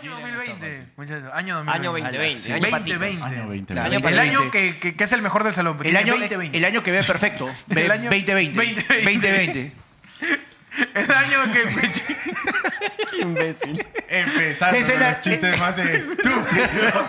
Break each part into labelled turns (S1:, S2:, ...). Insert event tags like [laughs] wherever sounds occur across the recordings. S1: Año 2020, muchachos. Año 2020.
S2: Año 2020. Año
S1: 2020.
S2: patitas.
S3: Año 2020.
S4: Claro.
S1: El
S4: 2020.
S1: año que, que- que es el mejor del salón.
S4: El año,
S1: 2020.
S4: el año que ve perfecto. Ve-
S1: El año-
S4: 2020.
S1: 2020.
S4: 2020.
S1: El año que...
S2: Imbécil.
S3: Empezando
S4: Esa es la-
S3: los chistes más estúpidos.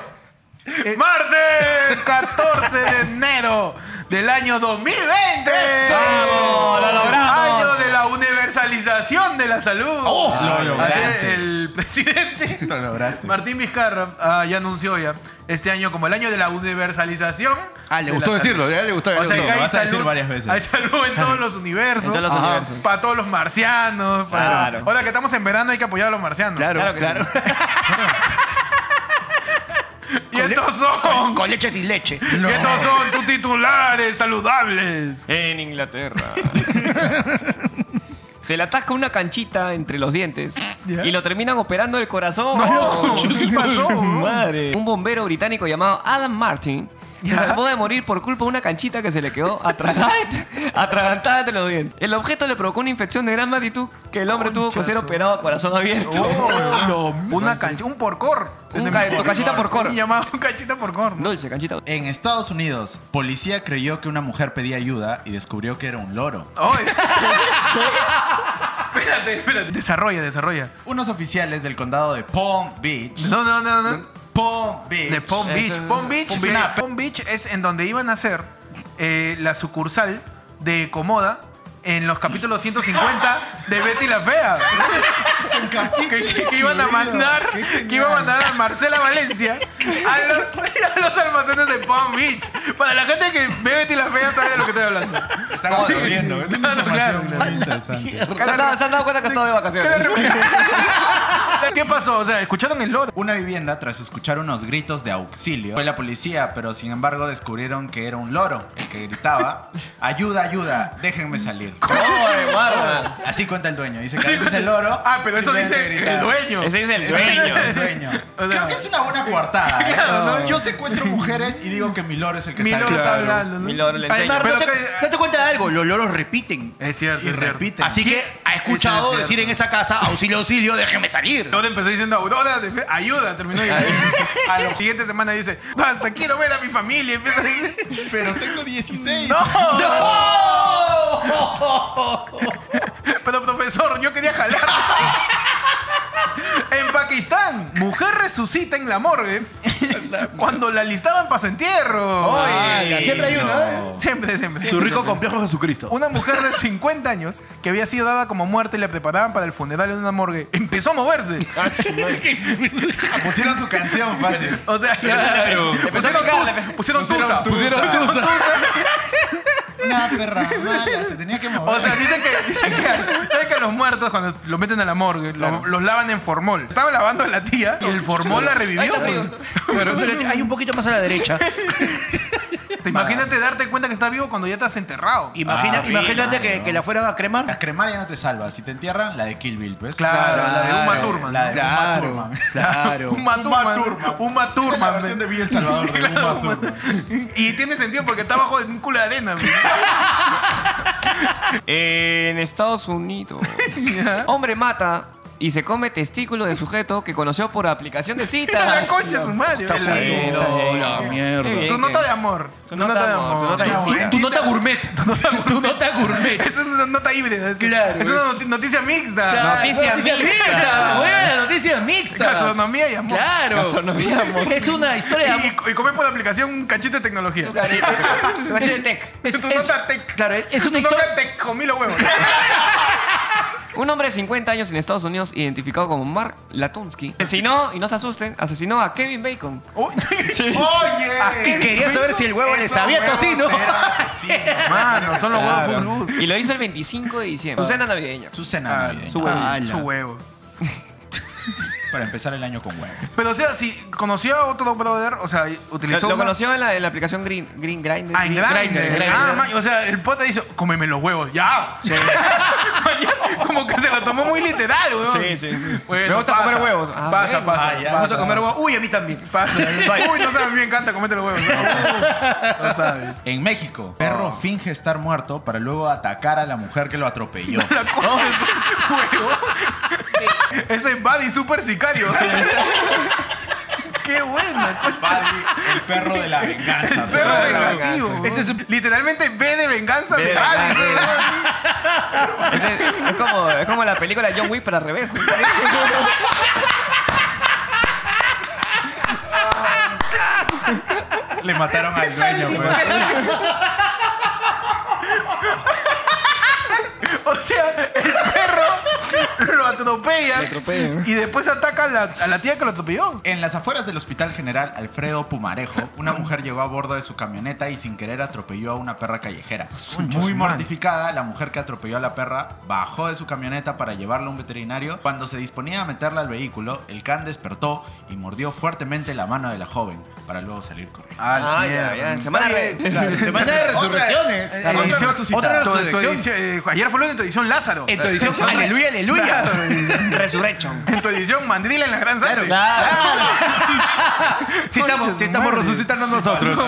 S1: Martes 14 de enero del año 2020.
S2: ¡Vamos! ¡Lo logramos!
S1: Año de la universalización de la salud.
S4: ¡Oh!
S3: Lo
S1: Así
S3: lograste.
S1: el presidente
S3: Lo lograste.
S1: Martín Vizcarra ah, ya anunció ya este año como el año de la universalización.
S4: Ah, le
S1: de
S4: gustó
S1: la salud.
S4: decirlo, ya le gustó. ya
S1: O
S4: le
S1: sea
S4: gustó.
S1: que hay
S3: vas a decir
S1: salud,
S3: varias veces.
S1: hay salud en todos
S3: [laughs]
S1: los universos.
S2: En todos los
S4: Ajá.
S2: universos.
S1: Para todos los marcianos. para-
S2: Claro.
S1: Ahora que estamos en verano hay que apoyar a los marcianos.
S4: Claro,
S2: Claro
S4: claro.
S2: que
S1: Y estos son,
S4: Con leche sin leche.
S1: y estos son tus titulares saludables.
S2: En Inglaterra. [laughs] Se le atasca una canchita entre los dientes
S1: Ya.
S2: y lo terminan operando el corazón.
S1: No, ¿qué pasó?
S2: Su madre. Un bombero británico llamado Adam Martin se
S1: Ya.
S2: salvó de morir por culpa de una canchita que se le quedó atragada- [laughs] atragantada entre los dientes. El objeto le provocó una infección de gran magnitud que el hombre tuvo que ser
S1: Conchazo.
S2: operado a corazón abierto.
S3: Oh,
S1: Una cancha, un porcor.
S2: Un ca- tu canchita porcor.
S1: Un Llamado canchita porcor.
S2: Dulce, canchita.
S3: En Estados Unidos, policía creyó que una mujer pedía ayuda y descubrió que era un loro.
S1: Ay. [laughs] espérate, espérate. Desarrolla, desarrolla.
S3: Unos oficiales del condado de Palm Beach.
S1: No, no, no, no.
S3: Palm Beach.
S1: De Palm
S2: Eso
S1: Beach.
S2: es-
S1: Palm Beach,
S2: Palm
S1: es,
S2: Beach.
S1: Palm Beach es en donde iban a hacer eh, la sucursal de Comoda en los capítulos 150 de Betty la Fea. que, que- que iban a mandar, que iban a mandar a Marcela Valencia a los, a los almacenes de Palm Beach. Para la gente que ve Betty la Fea sabe de lo que estoy hablando.
S3: Estamos abriendo. Es una
S1: Claro,
S3: información
S1: claro.
S3: muy interesante.
S2: ¿Se han, dado, se han dado cuenta que ha estado de vacaciones?
S1: ¿Qué pasó? O sea, escucharon el loro.
S3: Una vivienda, tras escuchar unos gritos de auxilio, fue la policía, pero sin embargo descubrieron que era un loro el que gritaba: Ayuda, ayuda, déjenme salir.
S2: ¡Ay, hermano!
S3: Así cuenta el dueño. Dice que a veces el loro.
S1: Ah, pero eso
S3: simplemente
S1: dice
S3: grita.
S1: el dueño.
S2: Ese es el
S3: Eso dice
S2: dueño.
S3: el dueño.
S1: O sea-
S3: Creo que es una buena coartada. ¿eh?
S1: Claro, ¿no?
S3: Yo secuestro mujeres y digo que mi loro es el que
S1: Mi
S3: está
S1: loro está
S3: Claro.
S1: hablando, ¿no?
S2: Mi loro le enseña.
S4: Además,
S1: Pero
S4: date,
S1: que-
S4: date cuenta de algo, los loros repiten.
S1: Es cierto,
S3: Y
S1: es cierto.
S3: repiten.
S4: Así que ha
S1: Eso es
S4: escuchado
S1: cierto.
S4: decir en esa casa, auxilio, auxilio, déjeme salir.
S1: Todo empezó diciendo Aurora, de- ayuda, terminó diciendo. [laughs] A la siguiente semana dice, basta, quiero ver a mi familia. Empieza a decir,
S3: Pero tengo 16.
S1: ¡No! Pero profesor, yo quería jalar. En Pakistán, mujer resucita en la morgue cuando la listaban para su entierro.
S4: Ala, siempre hay uno, ¿eh?
S1: Siempre, siempre.
S4: Su rico complejo Jesucristo.
S1: Una mujer de 50 años que había sido dada como muerta y la preparaban para el funeral en una morgue empezó a moverse.
S3: Pusieron su canción [laughs] fácil.
S1: O sea, pusieron, tus- pusieron tusa.
S3: Pusieron tusa. Una perra mala. Se tenía que mover.
S1: O sea, dicen que, dicen que, ¿saben que los muertos cuando lo meten a la morgue lo- los lavan en formol? Estaba lavando a la tía Oh, y el formol la revivió.
S2: Ahí está frío.
S1: [laughs]
S4: Pero espérate, hay un poquito más a la derecha.
S1: Te imagínate darte cuenta que estás vivo cuando ya estás enterrado.
S4: Imagina,
S3: Ah,
S4: imagínate
S3: sí,
S4: que,
S3: claro.
S4: que la fueran a cremar.
S3: la cremaria no te salva. Si te entierran, la de Kill Bill, pues.
S1: Claro, la de Uma
S4: Claro,
S1: Thurman.
S4: [laughs]
S3: la de-
S4: Claro,
S3: Uma Thurman.
S4: claro.
S1: Uma Thurman. Uma
S3: Esta es la
S1: Thurman.
S3: versión de Bill Salvador [laughs] de
S1: Claro,
S3: Uma Thurman.
S1: Y tiene sentido porque está bajo un culo de arena. güey.
S2: [laughs] En
S1: [laughs]
S2: Estados Unidos, hombre mata y se come testículo de sujeto que conoció por aplicación
S1: [laughs]
S2: de
S1: La
S2: citas.
S1: concha de su madre.
S4: Está
S1: El-
S4: bueno, la
S2: Qué bien.
S4: mierda.
S1: Tu nota de amor.
S2: Tu nota de amor, tu nota de
S1: Esa
S2: amor.
S4: Tu nota gourmet. Tu nota gourmet.
S1: Es una nota híbrida. Es,
S4: Claro,
S1: es una
S4: es-
S1: noti- noticia mixta.
S2: Noticia mixta.
S4: Buena noticia mixta.
S1: Gastronomía y amor.
S4: Claro.
S2: Gastronomía, amor.
S4: Es una historia de amor.
S1: Y, y comer por aplicación un cachito de tecnología. [laughs]
S2: Tu cachita. Tu cachita de tech.
S4: Es,
S1: Tu
S4: es-
S1: nota tech.
S4: claro, es- es
S1: No
S4: una historia.
S1: te comí los
S4: [laughs]
S1: huevos.
S2: Un hombre de 50 años en Estados Unidos, identificado como Mark
S1: [laughs]
S2: Latonsky, asesinó, y no se asusten, asesinó a Kevin Bacon.
S3: Oye.
S4: Ah, Y quería saber si el huevo le
S3: Esos
S4: sabía
S3: huevos
S4: tocino.
S3: eran
S4: [laughs]
S3: tocino.
S1: Mano, Ah, son los
S3: Claro.
S1: huevos full
S2: Y lo hizo el 25 de diciembre. Su eh. cena navideña.
S3: Su cena navideña.
S2: Su huevo.
S4: Ah,
S1: Su
S4: la-
S1: huevo.
S3: Para empezar el año con huevo.
S1: Pero o sea, si conoció a otro brother, o sea,
S2: Lo,
S1: utilizó.
S2: lo
S1: una-
S2: conoció en la, en la aplicación Green, Green Grindr.
S1: Ah, en
S2: Green-
S1: Grindr.
S2: Grindr, Grindr.
S1: Ah, man, o sea, el pota dice, cómeme los huevos. Ya. [laughs] Como que se lo tomó muy literal, weón.
S2: Sí, sí.
S1: Bueno,
S2: Me gusta
S1: pasa.
S2: comer huevos. Ah,
S1: pasa,
S2: bueno.
S1: pasa,
S3: Ah, ya.
S1: pasa.
S4: Vamos a comer huevo. Uy, a mí también.
S1: Pasa. [laughs] Uy, no sabes, a mí me encanta comerte los huevos. No, sabes.
S3: En México, perro finge estar muerto para luego atacar a la mujer que lo atropelló.
S1: La cosa es un huevo. Ese body super boticarios. Qué buena. co-
S3: Buddy, el perro de la venganza.
S1: Perro
S2: Perro de
S1: vengativo.
S2: venganza.
S1: Ese es un- literalmente B de venganza
S2: B de
S1: de Adi.
S2: Es, es como, es como la película de John Wick, pero al revés.
S3: Le mataron [laughs] al dueño, pues.
S1: O sea, el perro lo atropella,
S2: atropellan.
S1: y después ataca a la, a la tía que lo atropelló.
S3: En las afueras del Hospital General Alfredo Pumarejo, una mujer llegó a bordo de su camioneta y sin querer atropelló a una perra callejera. Muy mortificada, la mujer que atropelló a la perra bajó de su camioneta para llevarla a un veterinario. Cuando se disponía a meterla al vehículo, el can despertó y mordió fuertemente la mano de la joven para luego salir corriendo.
S2: Ah, ya, ya. Semana de-
S4: Semana de resurrecciones.
S1: Eh, edición-
S4: Otra
S1: tu- tu
S4: resurrección.
S1: edición, eh, ayer fue lunes de tu edición Lázaro.
S4: En tu edición.
S2: Semana-
S4: Aleluya, aleluya.
S2: Resurrection.
S1: En tu edición Mandrila en la Gran Sangre.
S4: Si estamos,
S1: Concha
S4: si
S1: su
S4: estamos
S1: madre.
S4: resucitando nosotros.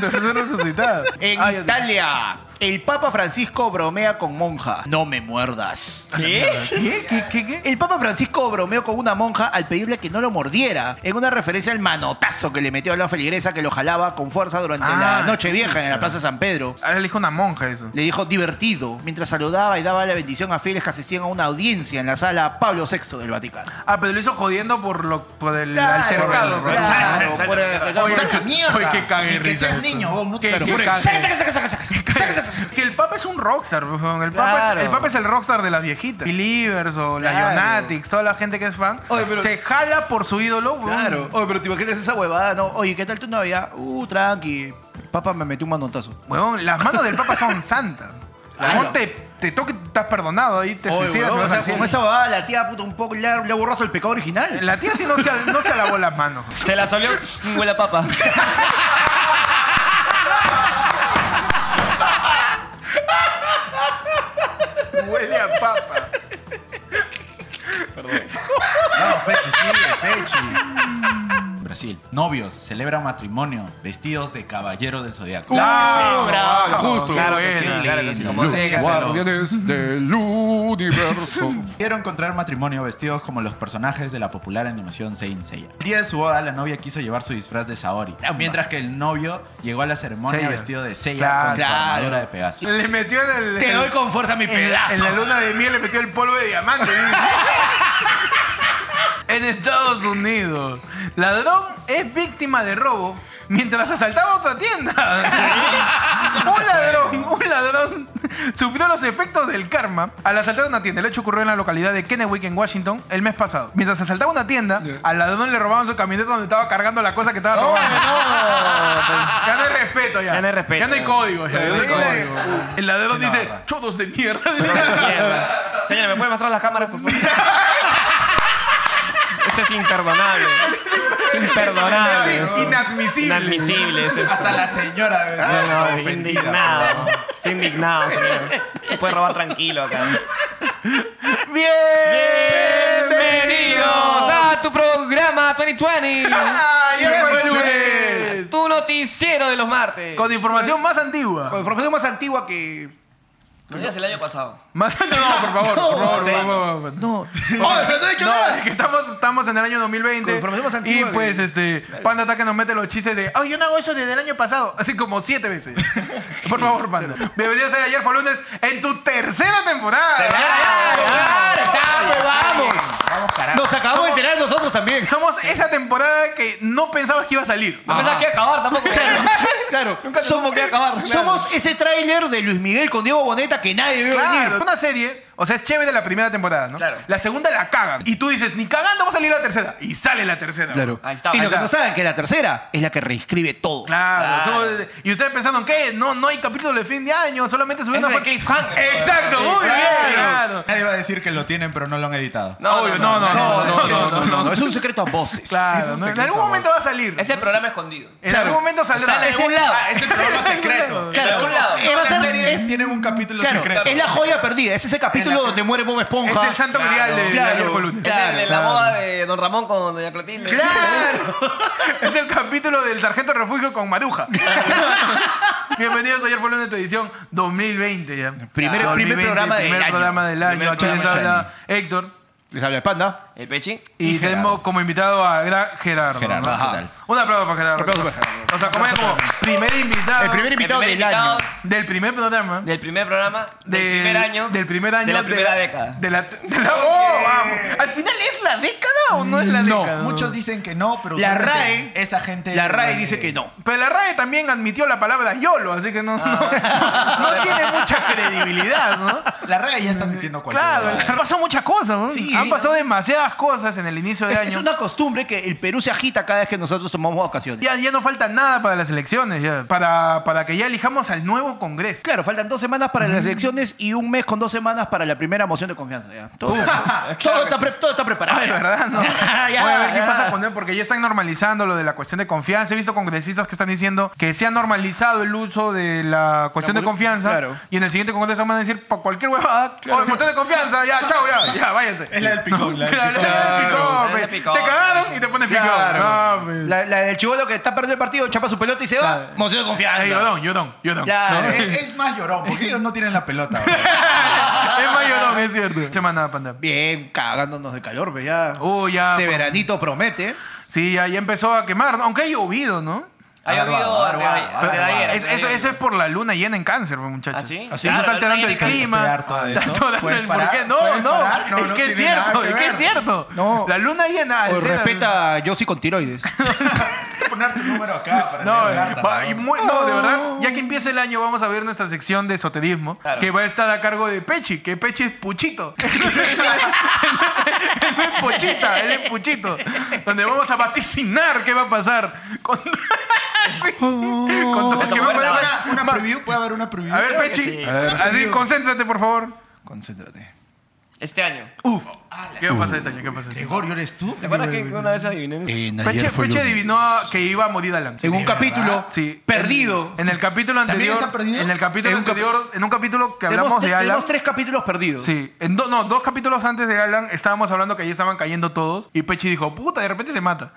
S1: Nosotros resucitados.
S4: En
S1: Ay,
S4: Italia, el Papa Francisco bromea con monja. No me muerdas.
S1: ¿Qué? ¿Qué? ¿Qué? qué?
S4: El Papa Francisco bromeó con una monja al pedirle que no lo mordiera, en una referencia al manotazo que le metió a la feligresa que lo jalaba con fuerza durante
S1: Ah,
S4: la noche vieja en la Plaza San Pedro.
S1: Ahora Ah, le dijo una monja eso.
S4: Le dijo divertido, mientras saludaba y daba la bendición a fieles que asistían a una audiencia en la sala Pablo VI del Vaticano.
S1: Ah, pero lo hizo jodiendo por, lo, por el altercado.
S4: Claro, claro, por el-
S1: Oye,
S4: saca
S1: eso-
S4: mierda.
S1: oye, qué cague
S3: Ni que
S1: risa
S3: seas
S1: eso.
S3: niño, vos, no te-
S1: Qué-
S3: Claro,
S1: qué
S3: por el-
S1: cague.
S4: Saca, saca, saca, saca, saca, saca, saca, saca.
S1: Que el Papa es un rockstar, pues, weón. el papa,
S2: Claro.
S1: es, el Papa es el rockstar de las viejitas. Believers o
S4: Claro.
S1: la Jonatics, toda la gente que es fan,
S4: Oye, pero-
S1: se jala por su ídolo. weón.
S4: Claro. Oye, pero te imaginas esa huevada, ¿no? Oye, ¿qué tal tu Navidad? Uh, tranqui. Papá me metió un manotazo.
S1: Weón, las manos del Papa son santas.
S4: [laughs] Claro.
S1: No te, te toque, estás perdonado ahí, te
S4: Oye,
S1: suicidas. y
S4: huevón, o
S1: vas
S4: sea,
S1: al cielo.
S4: con esa huevada la tía puta un poco le ha, le ha borrado el pecado original.
S1: La tía sí no se, no se lavó las
S4: [laughs]
S1: manos.
S2: Se la solió. mm, [laughs] Huele a papa.
S1: Huele a papa.
S3: No, Pechi, sí, Pechi. Brasil. Novios celebran matrimonio vestidos de caballero del zodiaco.
S1: Claro,
S2: Ah, bravo,
S1: bravo,
S2: justo.
S1: qué
S2: Claro que
S1: buena.
S2: sí, claro que sí,
S3: Lindo.
S2: como se
S3: Guau.
S2: hacerlo.
S5: Guardianes
S2: [laughs]
S5: del universo.
S3: Quiero encontrar matrimonio vestidos como los personajes de la popular animación Saint Seiya. El día de su boda, la novia quiso llevar su disfraz de Saori, mientras que el novio llegó a la ceremonia
S1: Seiya.
S3: vestido de Seiya
S1: Claro.
S3: con su
S4: Claro.
S3: armadura de Pegaso.
S1: Le metió en el.
S4: Te
S1: en-
S4: doy con fuerza mi
S1: en, la-
S4: pedazo.
S1: en la luna de miel le metió el polvo de diamante. ¿eh? [laughs] en Estados Unidos, ladrón es víctima de robo mientras asaltaba otra [laughs] tienda. un ladrón, un ladrón sufrió los efectos del karma al asaltar una tienda. El hecho ocurrió en la localidad de Kennewick, en Washington, el mes pasado. Mientras asaltaba una tienda, al ladrón le robaban su camioneta donde estaba cargando la cosa que estaba robando. Ya no hay respeto ya.
S2: Ya no hay respeto.
S1: Ya no hay código. Ya,
S2: Ya no hay código.
S1: El ladrón
S3: Qué
S1: dice,
S3: barra.
S1: chodos de mierda.
S2: Mierda. Señora, ¿me puede mostrar las cámaras, por [laughs] favor? Esto es imperdonable. Es imperdonable.
S1: Es
S2: esto.
S1: inadmisible.
S2: Inadmisible. es esto.
S3: Hasta la señora debe estar
S2: No, no,
S3: ofendida.
S2: indignado. Estoy indignado, señor. No Puede robar tranquilo acá.
S1: Bienvenidos
S2: Bienvenidos
S1: a...
S2: a tu programa 2020.
S1: Ayer fue lunes.
S2: Tu noticiero de los martes.
S1: Con información más antigua.
S4: Con información más antigua que.
S2: Tenías el año pasado.
S1: Más No, por favor, por favor, por
S2: sí.
S1: favor, por favor.
S4: No. ¡Oye, pero no he hecho
S1: No,
S4: nada!
S1: es que estamos, estamos en el año 2020.
S4: Con información más antigua
S1: Y pues,
S4: que-
S1: este, Panda Ataque nos mete los chistes de, ay, yo no hago eso desde el año pasado. Así como siete
S4: [laughs]
S1: veces. Por favor, Panda. Bienvenidos a Ayer fue lunes en tu tercera temporada.
S2: Claro, claro, estamos, vamos.
S3: Vamos, carajo.
S4: Nos acabamos de enterar nosotros también.
S1: Somos esa temporada que no pensabas que iba a salir.
S2: No pensás que iba a acabar tampoco.
S4: [laughs] Claro.
S2: Nunca supo que iba a acabar.
S4: Somos ese tráiler de Luis Miguel con Diego Boneta que nadie vio
S1: Claro,
S4: venir.
S1: una serie, o sea, es chévere la primera temporada, ¿no?
S2: Claro.
S1: La segunda la cagan. Y tú dices, ni cagando va a salir la tercera. Y sale la tercera.
S2: Ahí está,
S4: y
S2: ahí
S4: lo que
S2: está.
S4: no saben que la tercera es la que reescribe todo.
S1: Claro,
S2: Claro.
S1: somos- y ustedes pensando en qué, no, no hay capítulo de fin de año, solamente subieron
S2: Ese
S1: una
S2: es el cliffhanger.
S1: Exacto, muy bien, claro.
S3: Nadie va a decir que lo tienen, pero no lo han editado.
S2: No,
S1: Obvio,
S2: no, no,
S1: no, no, no, no, no.
S4: Es un secreto a voces.
S1: Claro,
S3: Es un
S1: ¿no? en
S3: secreto,
S1: algún momento va a salir.
S2: Es el programa escondido.
S1: En algún momento saldrá.
S2: Está en
S1: Ese-
S2: algún
S1: [laughs]
S2: lado.
S3: Ah, es el programa
S4: Claro.
S3: secreto.
S2: En algún lado.
S4: Eh, va a
S3: Todas las
S4: ser-
S3: series
S4: es-
S3: tienen un capítulo
S4: Claro,
S3: secreto.
S4: es la joya perdida. Es ese capítulo donde muere Bob
S1: Es
S4: Esponja.
S1: el santo
S3: Claro,
S1: grial de, de
S4: claro.
S1: Ayer fue lunes.
S2: Es el de la
S1: Claro.
S2: boda de Don Ramón con Doña Clotilde.
S4: ¡Claro!
S1: [laughs] Es el capítulo del sargento refugio con Maruja. Bienvenidos a ayer fue lunes de edición 2020 ya. Ah,
S4: Primer- primer programa del
S1: primer
S4: año.
S1: programa del año.
S3: Primer
S1: Aquí les
S3: programa del
S1: habla Héctor.
S4: Les habla el panda.
S2: El Pechi.
S1: Y,
S3: Y
S1: tenemos
S3: Gerardo.
S1: como invitado a Gra- Gerardo.
S3: Gerardo,
S1: ¿no?
S3: ¿qué tal?
S1: Un aplauso para Gerardo.
S4: Un aplauso para Gerardo.
S1: O sea, como, es como primer invitado
S4: El primer invitado
S2: primer
S4: del
S2: invitado
S4: año.
S1: del primer programa.
S2: Del primer programa. Del
S1: del-
S2: primer año.
S1: Del primer año.
S2: De la
S1: de-
S2: primera década.
S1: De la, de la- ¡Oh, vamos! ¿Al final es la década o no es la
S3: No,
S1: década?
S3: muchos dicen que no, pero...
S4: La
S3: usualmente
S4: RAE-
S3: Esa gente...
S4: La RAE dice que no.
S1: Pero la RAE también admitió la palabra YOLO, así que no,
S4: Ah.
S1: [laughs] no, no tiene mucha credibilidad, ¿no?
S3: La RAE ya está admitiendo cualquier...
S1: Claro,
S3: cosa.
S1: han pasado muchas cosas, ¿no?
S4: Sí,
S1: han
S4: ¿no?
S1: pasado demasiadas cosas en el inicio de
S4: Es,
S1: año.
S4: es una costumbre que el Perú se agita cada vez que nosotros tomamos vacaciones.
S1: Ya, ya no falta nada para las elecciones, ya, para, para que ya elijamos al nuevo Congreso.
S4: Claro, faltan dos semanas para las elecciones y un mes con dos semanas para la primera moción de confianza. ya. Todo, todo está, pre- todo está preparado.
S1: Ay, ¿verdad?
S4: [laughs]
S1: No.
S4: Ya,
S1: Voy a ver qué
S4: ya.
S1: pasa con él, porque ya están normalizando lo de la cuestión de confianza. He visto congresistas que están diciendo que se ha normalizado el uso de la cuestión
S4: La
S1: de
S4: cu-
S1: confianza.
S4: claro.
S1: Y en el siguiente congreso van a decir, por cualquier huevada, o cuestión de confianza, ya, chao, ya, ya, váyase.
S3: Es la del picón, la del
S1: Claro,
S3: picón.
S1: la del
S2: Claro.
S1: picón,
S2: Es la
S1: pe.
S2: picón.
S1: Te cagaron y te ponen picón.
S4: Claro.
S1: No, pe.
S4: La, la del chivolo que está perdiendo el partido, chapa su pelota y se va.
S1: Claro.
S4: Moción de
S1: Ay,
S4: confianza.
S1: llorón, llorón, llorón.
S4: Claro. eh,
S3: Es, es más llorón, porque ellos no tienen la pelota. bro.
S4: [laughs]
S1: Es más llorón, es cierto. Semana, panda.
S4: Bien, cagándonos de calor, ve ya.
S1: Uh, ya,
S4: Ese
S1: por-
S4: veranito promete.
S1: Sí, ya, ya empezó a quemar, ¿no? aunque ha llovido, ¿no?
S2: Ha llovido
S3: Bárbaro,
S2: antes de
S3: bárbaro,
S2: antes de
S3: bárbaro.
S2: ayer.
S1: Es- eso, eso es por la luna llena en cáncer, pues, muchachos.
S2: ¿Ah, sí?
S1: Eso
S2: Así
S1: está
S2: es.
S1: alterando el
S2: Claro, la luna llena
S1: clima.
S2: en
S3: cáncer. ¿Puedes parar?
S1: Está [laughs] alterando el- ¿Por qué? No,
S3: ¿Puedes
S1: no,
S3: parar? No,
S1: Es
S3: no
S1: que es
S3: tiene nada
S1: cierto,
S3: que
S1: es que es
S3: ver.
S1: cierto.
S4: No.
S1: La luna llena
S4: O
S1: altera-
S4: respeta a Yossi con tiroides. [laughs]
S3: poner tu número acá para
S1: No,
S3: leer cartas,
S1: va-
S3: ¿no?
S1: y muy- no, de verdad, ya que empieza el año vamos a ver nuestra sección de esoterismo
S2: Claro.
S1: que va a estar a cargo de Pechi, que Pechi es [laughs] Puchito. él es Puchita, él es Puchito. Donde vamos a vaticinar qué va a pasar con... Sí, con todo- es que va a
S3: ¿Puede haber
S1: pasar-
S3: una,
S1: va-
S3: una preview? ¿Puede haber una preview?
S1: A ver,
S3: Creo que
S1: Pechi,
S3: sí.
S1: así, concéntrate, por favor.
S4: Concéntrate.
S2: Este año.
S1: Uf. ¿Qué va a
S4: Uh.
S1: pasar este año? ¿Qué va a pasar este año?
S3: Gregorio, ¿eres tú?
S2: ¿Te acuerdas que que una vez adiviné?
S1: Peche, Peche adivinó a- que iba a morir Alan.
S4: En un capítulo
S1: ¿verdad? Sí.
S4: perdido.
S1: En el capítulo anterior.
S3: está perdido?
S1: En el capítulo
S4: En un capi-
S1: anterior. En un capítulo que
S4: Tenemos,
S1: hablamos
S4: te-
S1: de Alan.
S4: tenemos tres capítulos perdidos.
S1: Sí, en do- no, dos capítulos antes de Alan estábamos hablando que ahí estaban cayendo todos. Y Peche dijo, puta, de repente se mata.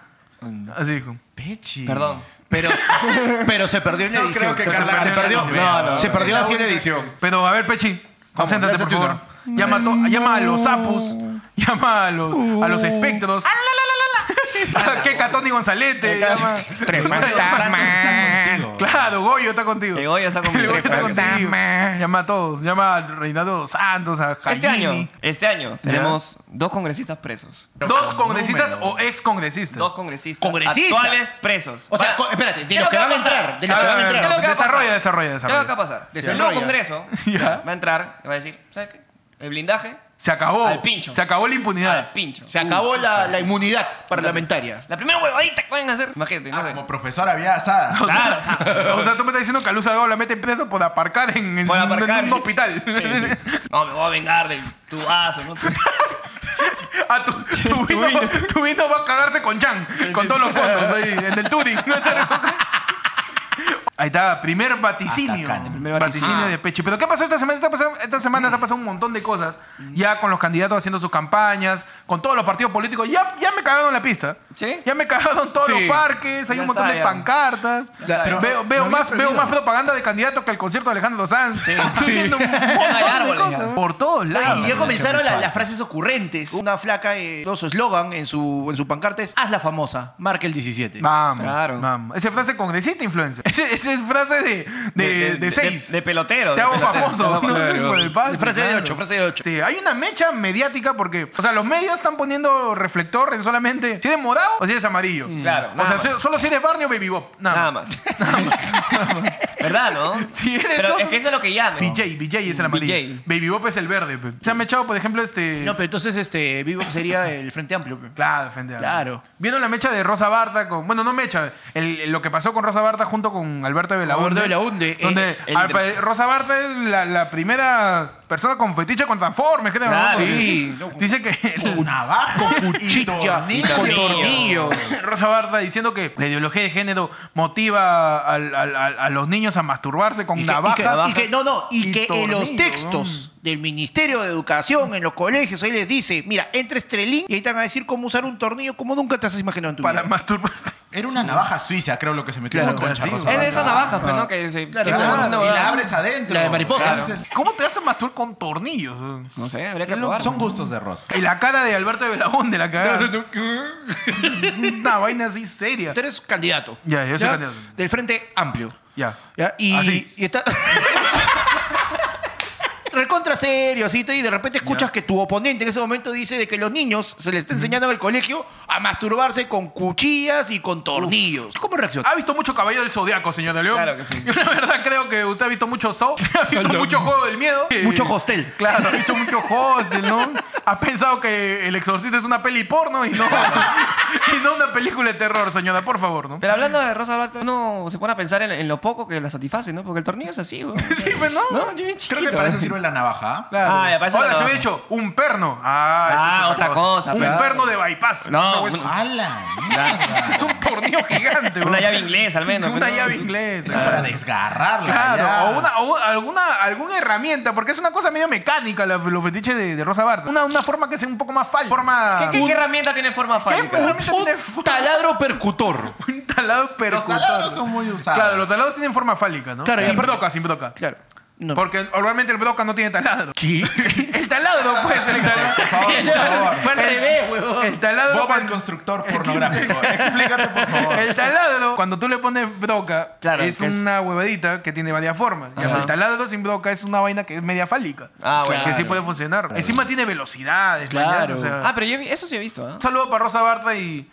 S1: Así dijo.
S3: Pechi.
S2: Perdón.
S4: Pero,
S2: [laughs]
S4: pero se perdió en la
S3: No
S4: edición.
S3: creo que
S4: se,
S1: Carla
S4: perdió- se
S1: Carla
S4: perdió,
S1: nos vea,
S4: no, no, se perdió así en la edición.
S1: Pero a ver, Pechi, concéntrate, por
S4: lánzate
S1: favor. Llama, a to- llama a los sapos, llama a los, a
S2: Uh.
S1: los espectros. [laughs] Ah, ¿Qué Catoni Gonzalete? Llama-
S5: Tres fantasmas.
S1: Claro, Goyo está contigo.
S2: El Goyo está conmigo.
S1: [laughs] El Goyo está
S5: Tres
S1: contigo. Llama a todos, llama a Reinaldo Santos, a Jaime.
S2: Este año. Este año tenemos dos congresistas presos.
S1: ¿Dos congresistas o ex congresistas?
S2: Dos congresistas.
S4: Congresistas.
S2: Actuales presos.
S4: O
S2: Para-
S4: sea, co- espérate, de
S2: ¿qué es
S4: los
S2: lo
S4: que van a
S2: pasar?
S4: entrar, de
S1: los
S2: A
S1: que
S2: ver,
S1: van a
S2: ¿qué es
S1: entrar.
S2: lo que va a pasar?
S1: Desarrolla, desarrolla,
S2: ¿Qué es lo que va a
S1: desarrolla.
S2: pasar? El
S4: Desarrolla.
S2: nuevo congreso
S1: Ya.
S2: va a entrar y va a decir, ¿sabes qué? El blindaje
S1: Se acabó.
S2: Al pincho.
S1: Se acabó la impunidad.
S2: al pincho.
S4: Se acabó la, la inmunidad parlamentaria.
S2: La primera huevadita que pueden hacer. Imagínate, no
S3: Ah,
S2: sé.
S3: como profesora había asada.
S2: Claro, o sea,
S1: [laughs] O sea, tú me estás diciendo que a Luz Salgado la meten preso por aparcar en, en-
S2: Por aparcar.
S1: en un hospital. [laughs]
S2: Sí, sí. No, me voy a vengar del tubazo, ¿no?
S1: [laughs] Ah, tu, tu vino, [laughs] tu vino va a cagarse con Chan, con todos los conos ahí, en el Turing. [laughs] Ahí está, primer vaticinio.
S3: Atacán, el
S2: primer
S1: vaticinio.
S2: vaticinio.
S1: de Pechi. Pero ¿qué pasó esta semana? Esta, pasó- esta semana se ha pasado un montón de cosas. Ya con los candidatos haciendo sus campañas, con todos los partidos políticos. Ya, ya me cagaron la pista.
S2: ¿Sí?
S1: Ya me cagaron todos
S4: Sí.
S1: los parques, hay
S2: Ya
S1: un montón
S2: está,
S1: de
S2: ya.
S1: pancartas.
S4: Ya,
S1: Pero
S4: pero
S1: veo, veo
S3: había
S1: más, veo
S3: perdido.
S1: más propaganda de candidatos que el concierto de Alejandro Sanz. [laughs] Estoy viendo un montón
S2: Hay
S1: de
S2: árboles,
S1: cosas.
S2: ya.
S1: Por todos lados.
S4: Y ya comenzaron la-
S3: visual.
S4: las frases ocurrentes. Una flaca, eh, dos eslogan en su, en su pancarta es hazla famosa, marca el 17.
S1: Vamos,
S2: Claro.
S1: vamos. Esa es frase congresista influencer. Ese- Esa es frase de, de, de seis.
S2: De, de pelotero.
S1: te
S2: de
S1: hago
S2: pelotero. Te
S1: famoso. [laughs]
S2: hago
S1: ¿no?
S2: famoso.
S1: Por el pase,
S4: frase de
S1: claro.
S4: 8, frase de 8.
S1: Sí, hay una mecha mediática porque, o sea, los medios están poniendo reflector en solamente si eres morado o si eres amarillo.
S2: Claro,
S1: O
S2: nada
S1: sea,
S2: más.
S1: so- solo si eres Barney o Baby Bob. Nada,
S2: Nada
S1: más.
S2: más. ¿Verdad, no?
S1: Sí, eres
S2: Pero
S1: otro.
S2: es que eso es lo que llama.
S1: BJ, BJ es el amarillo.
S2: BJ.
S1: Baby Bob es el verde. pe. Se han mechado, por ejemplo, este.
S4: No, pero entonces este vivo sería el Frente [laughs] Amplio. pe.
S1: Claro, defender. algo.
S4: Claro.
S1: Vieron la mecha de Rosa Barta con. Bueno, no mecha. el- el- lo que pasó con Rosa Barta junto con Alberto de Belaunde.
S4: Alberto de Belaunde, eh,
S1: Donde
S2: el
S1: al-
S2: de-
S1: Rosa Barta es la, la primera persona con fetiche con Transformers. creo, ¿no?
S2: Claro.
S4: Sí.
S1: Dice que. [laughs] el-
S3: Navajas
S4: Con cuchilla,
S3: y
S4: con tornillo.
S3: tornillos.
S1: Rosa Barta diciendo que la ideología de género motiva al- al- al- a los niños a masturbarse con
S4: Y que, y que-
S1: navajas.
S4: y que- no, no, y, mm.
S1: y
S4: que en los
S1: tornillo,
S4: textos del Ministerio de Educación, en los colegios, ahí les dice, mira, entra Estrelín y ahí te van a decir cómo usar un tornillo como nunca te has imaginado en tu
S1: para
S4: vida.
S1: masturbarte.
S3: Era una navaja suiza, "Ah, creo, lo que se metió
S4: Claro,
S3: en la concha
S1: sí,
S3: rosa.
S1: güey.
S2: Es de esas navajas, pero
S4: Ah.
S2: no que se.
S4: Claro,
S2: que se
S4: claro.
S2: ponen una
S3: Y la
S2: huevada.
S3: abres adentro.
S4: La de mariposa.
S3: Claro.
S1: ¿Cómo te vas a masturbar con tornillos?
S2: No sé, habría que probar.
S3: Son gustos de rosa.
S1: Y la cara de Alberto de Belabón de la cagada. Una vaina así seria.
S4: Tú eres candidato.
S1: Ya, yo soy candidato. Ah,
S4: Del Frente Amplio.
S1: Ya.
S4: ¿Ya? Y,
S1: Así.
S4: y está. [laughs] Recontra serio, así, y de repente escuchas que tu oponente en ese momento dice de que los niños se les está enseñando en el colegio a masturbarse con cuchillas y con tornillos. ¿Cómo reaccionas?
S1: Ha visto mucho Caballero del Zodiaco, señor de León.
S2: Claro que sí.
S1: Yo [laughs] la verdad creo que usted ha visto mucho Saw, [laughs] ha visto mucho Juego del
S2: [laughs]
S1: Miedo.
S4: Mucho
S1: Eh,
S4: hostel.
S1: Claro, ha visto mucho hostel, ¿no? Ha pensado que El Exorcista es una peli porno y no, [laughs] y no una película de terror, señora, por favor,
S2: [laughs]
S1: ¿no?
S2: Pero hablando de Rosa Blanca, uno se pone a pensar en, en lo poco que la satisface, ¿no? Porque el tornillo es así, güey.
S1: Sí, pero no.
S2: No, yo bien chiquito. ¿eh?
S3: Creo que para eso sirve la navaja. ¿ah?
S1: Claro.
S2: Ah, ya, para eso
S1: Ahora
S2: no.
S1: se hubiera hecho un perno. Ah,
S2: Ah,
S1: eso es
S2: otra cosa,
S1: Un
S2: claro.
S1: perno de bypass.
S2: No,
S1: Esa hueá es-
S2: un-
S3: ¡Hala!
S1: ese es un [laughs] tornillo gigante.
S2: Una
S1: bro.
S2: llave inglesa, al menos.
S1: [laughs]
S2: pues,
S1: Una
S2: ¿no?
S1: llave inglesa.
S3: Eso para desgarrarla. ya.
S1: Claro, o, una, o alguna, alguna herramienta, porque es una cosa medio mecánica la, los fetiches de, de Rosa Barta. Una, una forma que sea un poco más fálica. Forma,
S2: ¿Qué, qué- qué herramienta tiene forma fálica?
S1: herramienta?
S4: Un taladro percutor.
S1: Un talado percutor.
S3: taladros son muy usados.
S1: Claro, los talados tienen forma fálica, ¿no?
S4: Claro, y
S1: sin
S4: aparte-
S1: broca, sin broca.
S4: Claro. No.
S1: Porque normalmente el broca no tiene taladro. [laughs] El taladro, pues, el taladro.
S3: Por favor, por
S1: [laughs]
S3: favor.
S2: Fue al revés, huevón.
S1: El taladro,
S3: Bob
S4: [laughs]
S3: el
S1: cuando,
S3: constructor pornográfico. Explícate, por favor.
S1: [laughs] el taladro, cuando tú le pones broca,
S2: Claro,
S1: es
S2: que es-
S1: una huevadita que tiene varias formas. Y
S2: Ajá.
S1: El taladro sin broca es una vaina que es media fálica.
S2: Ah, bueno.
S1: Que sí puede funcionar. Encima tiene velocidades.
S4: Claro.
S1: mañas, o sea.
S2: Ah, pero yo vi- eso sí he visto, ¿ah?
S1: un saludo para Rosa Barta y.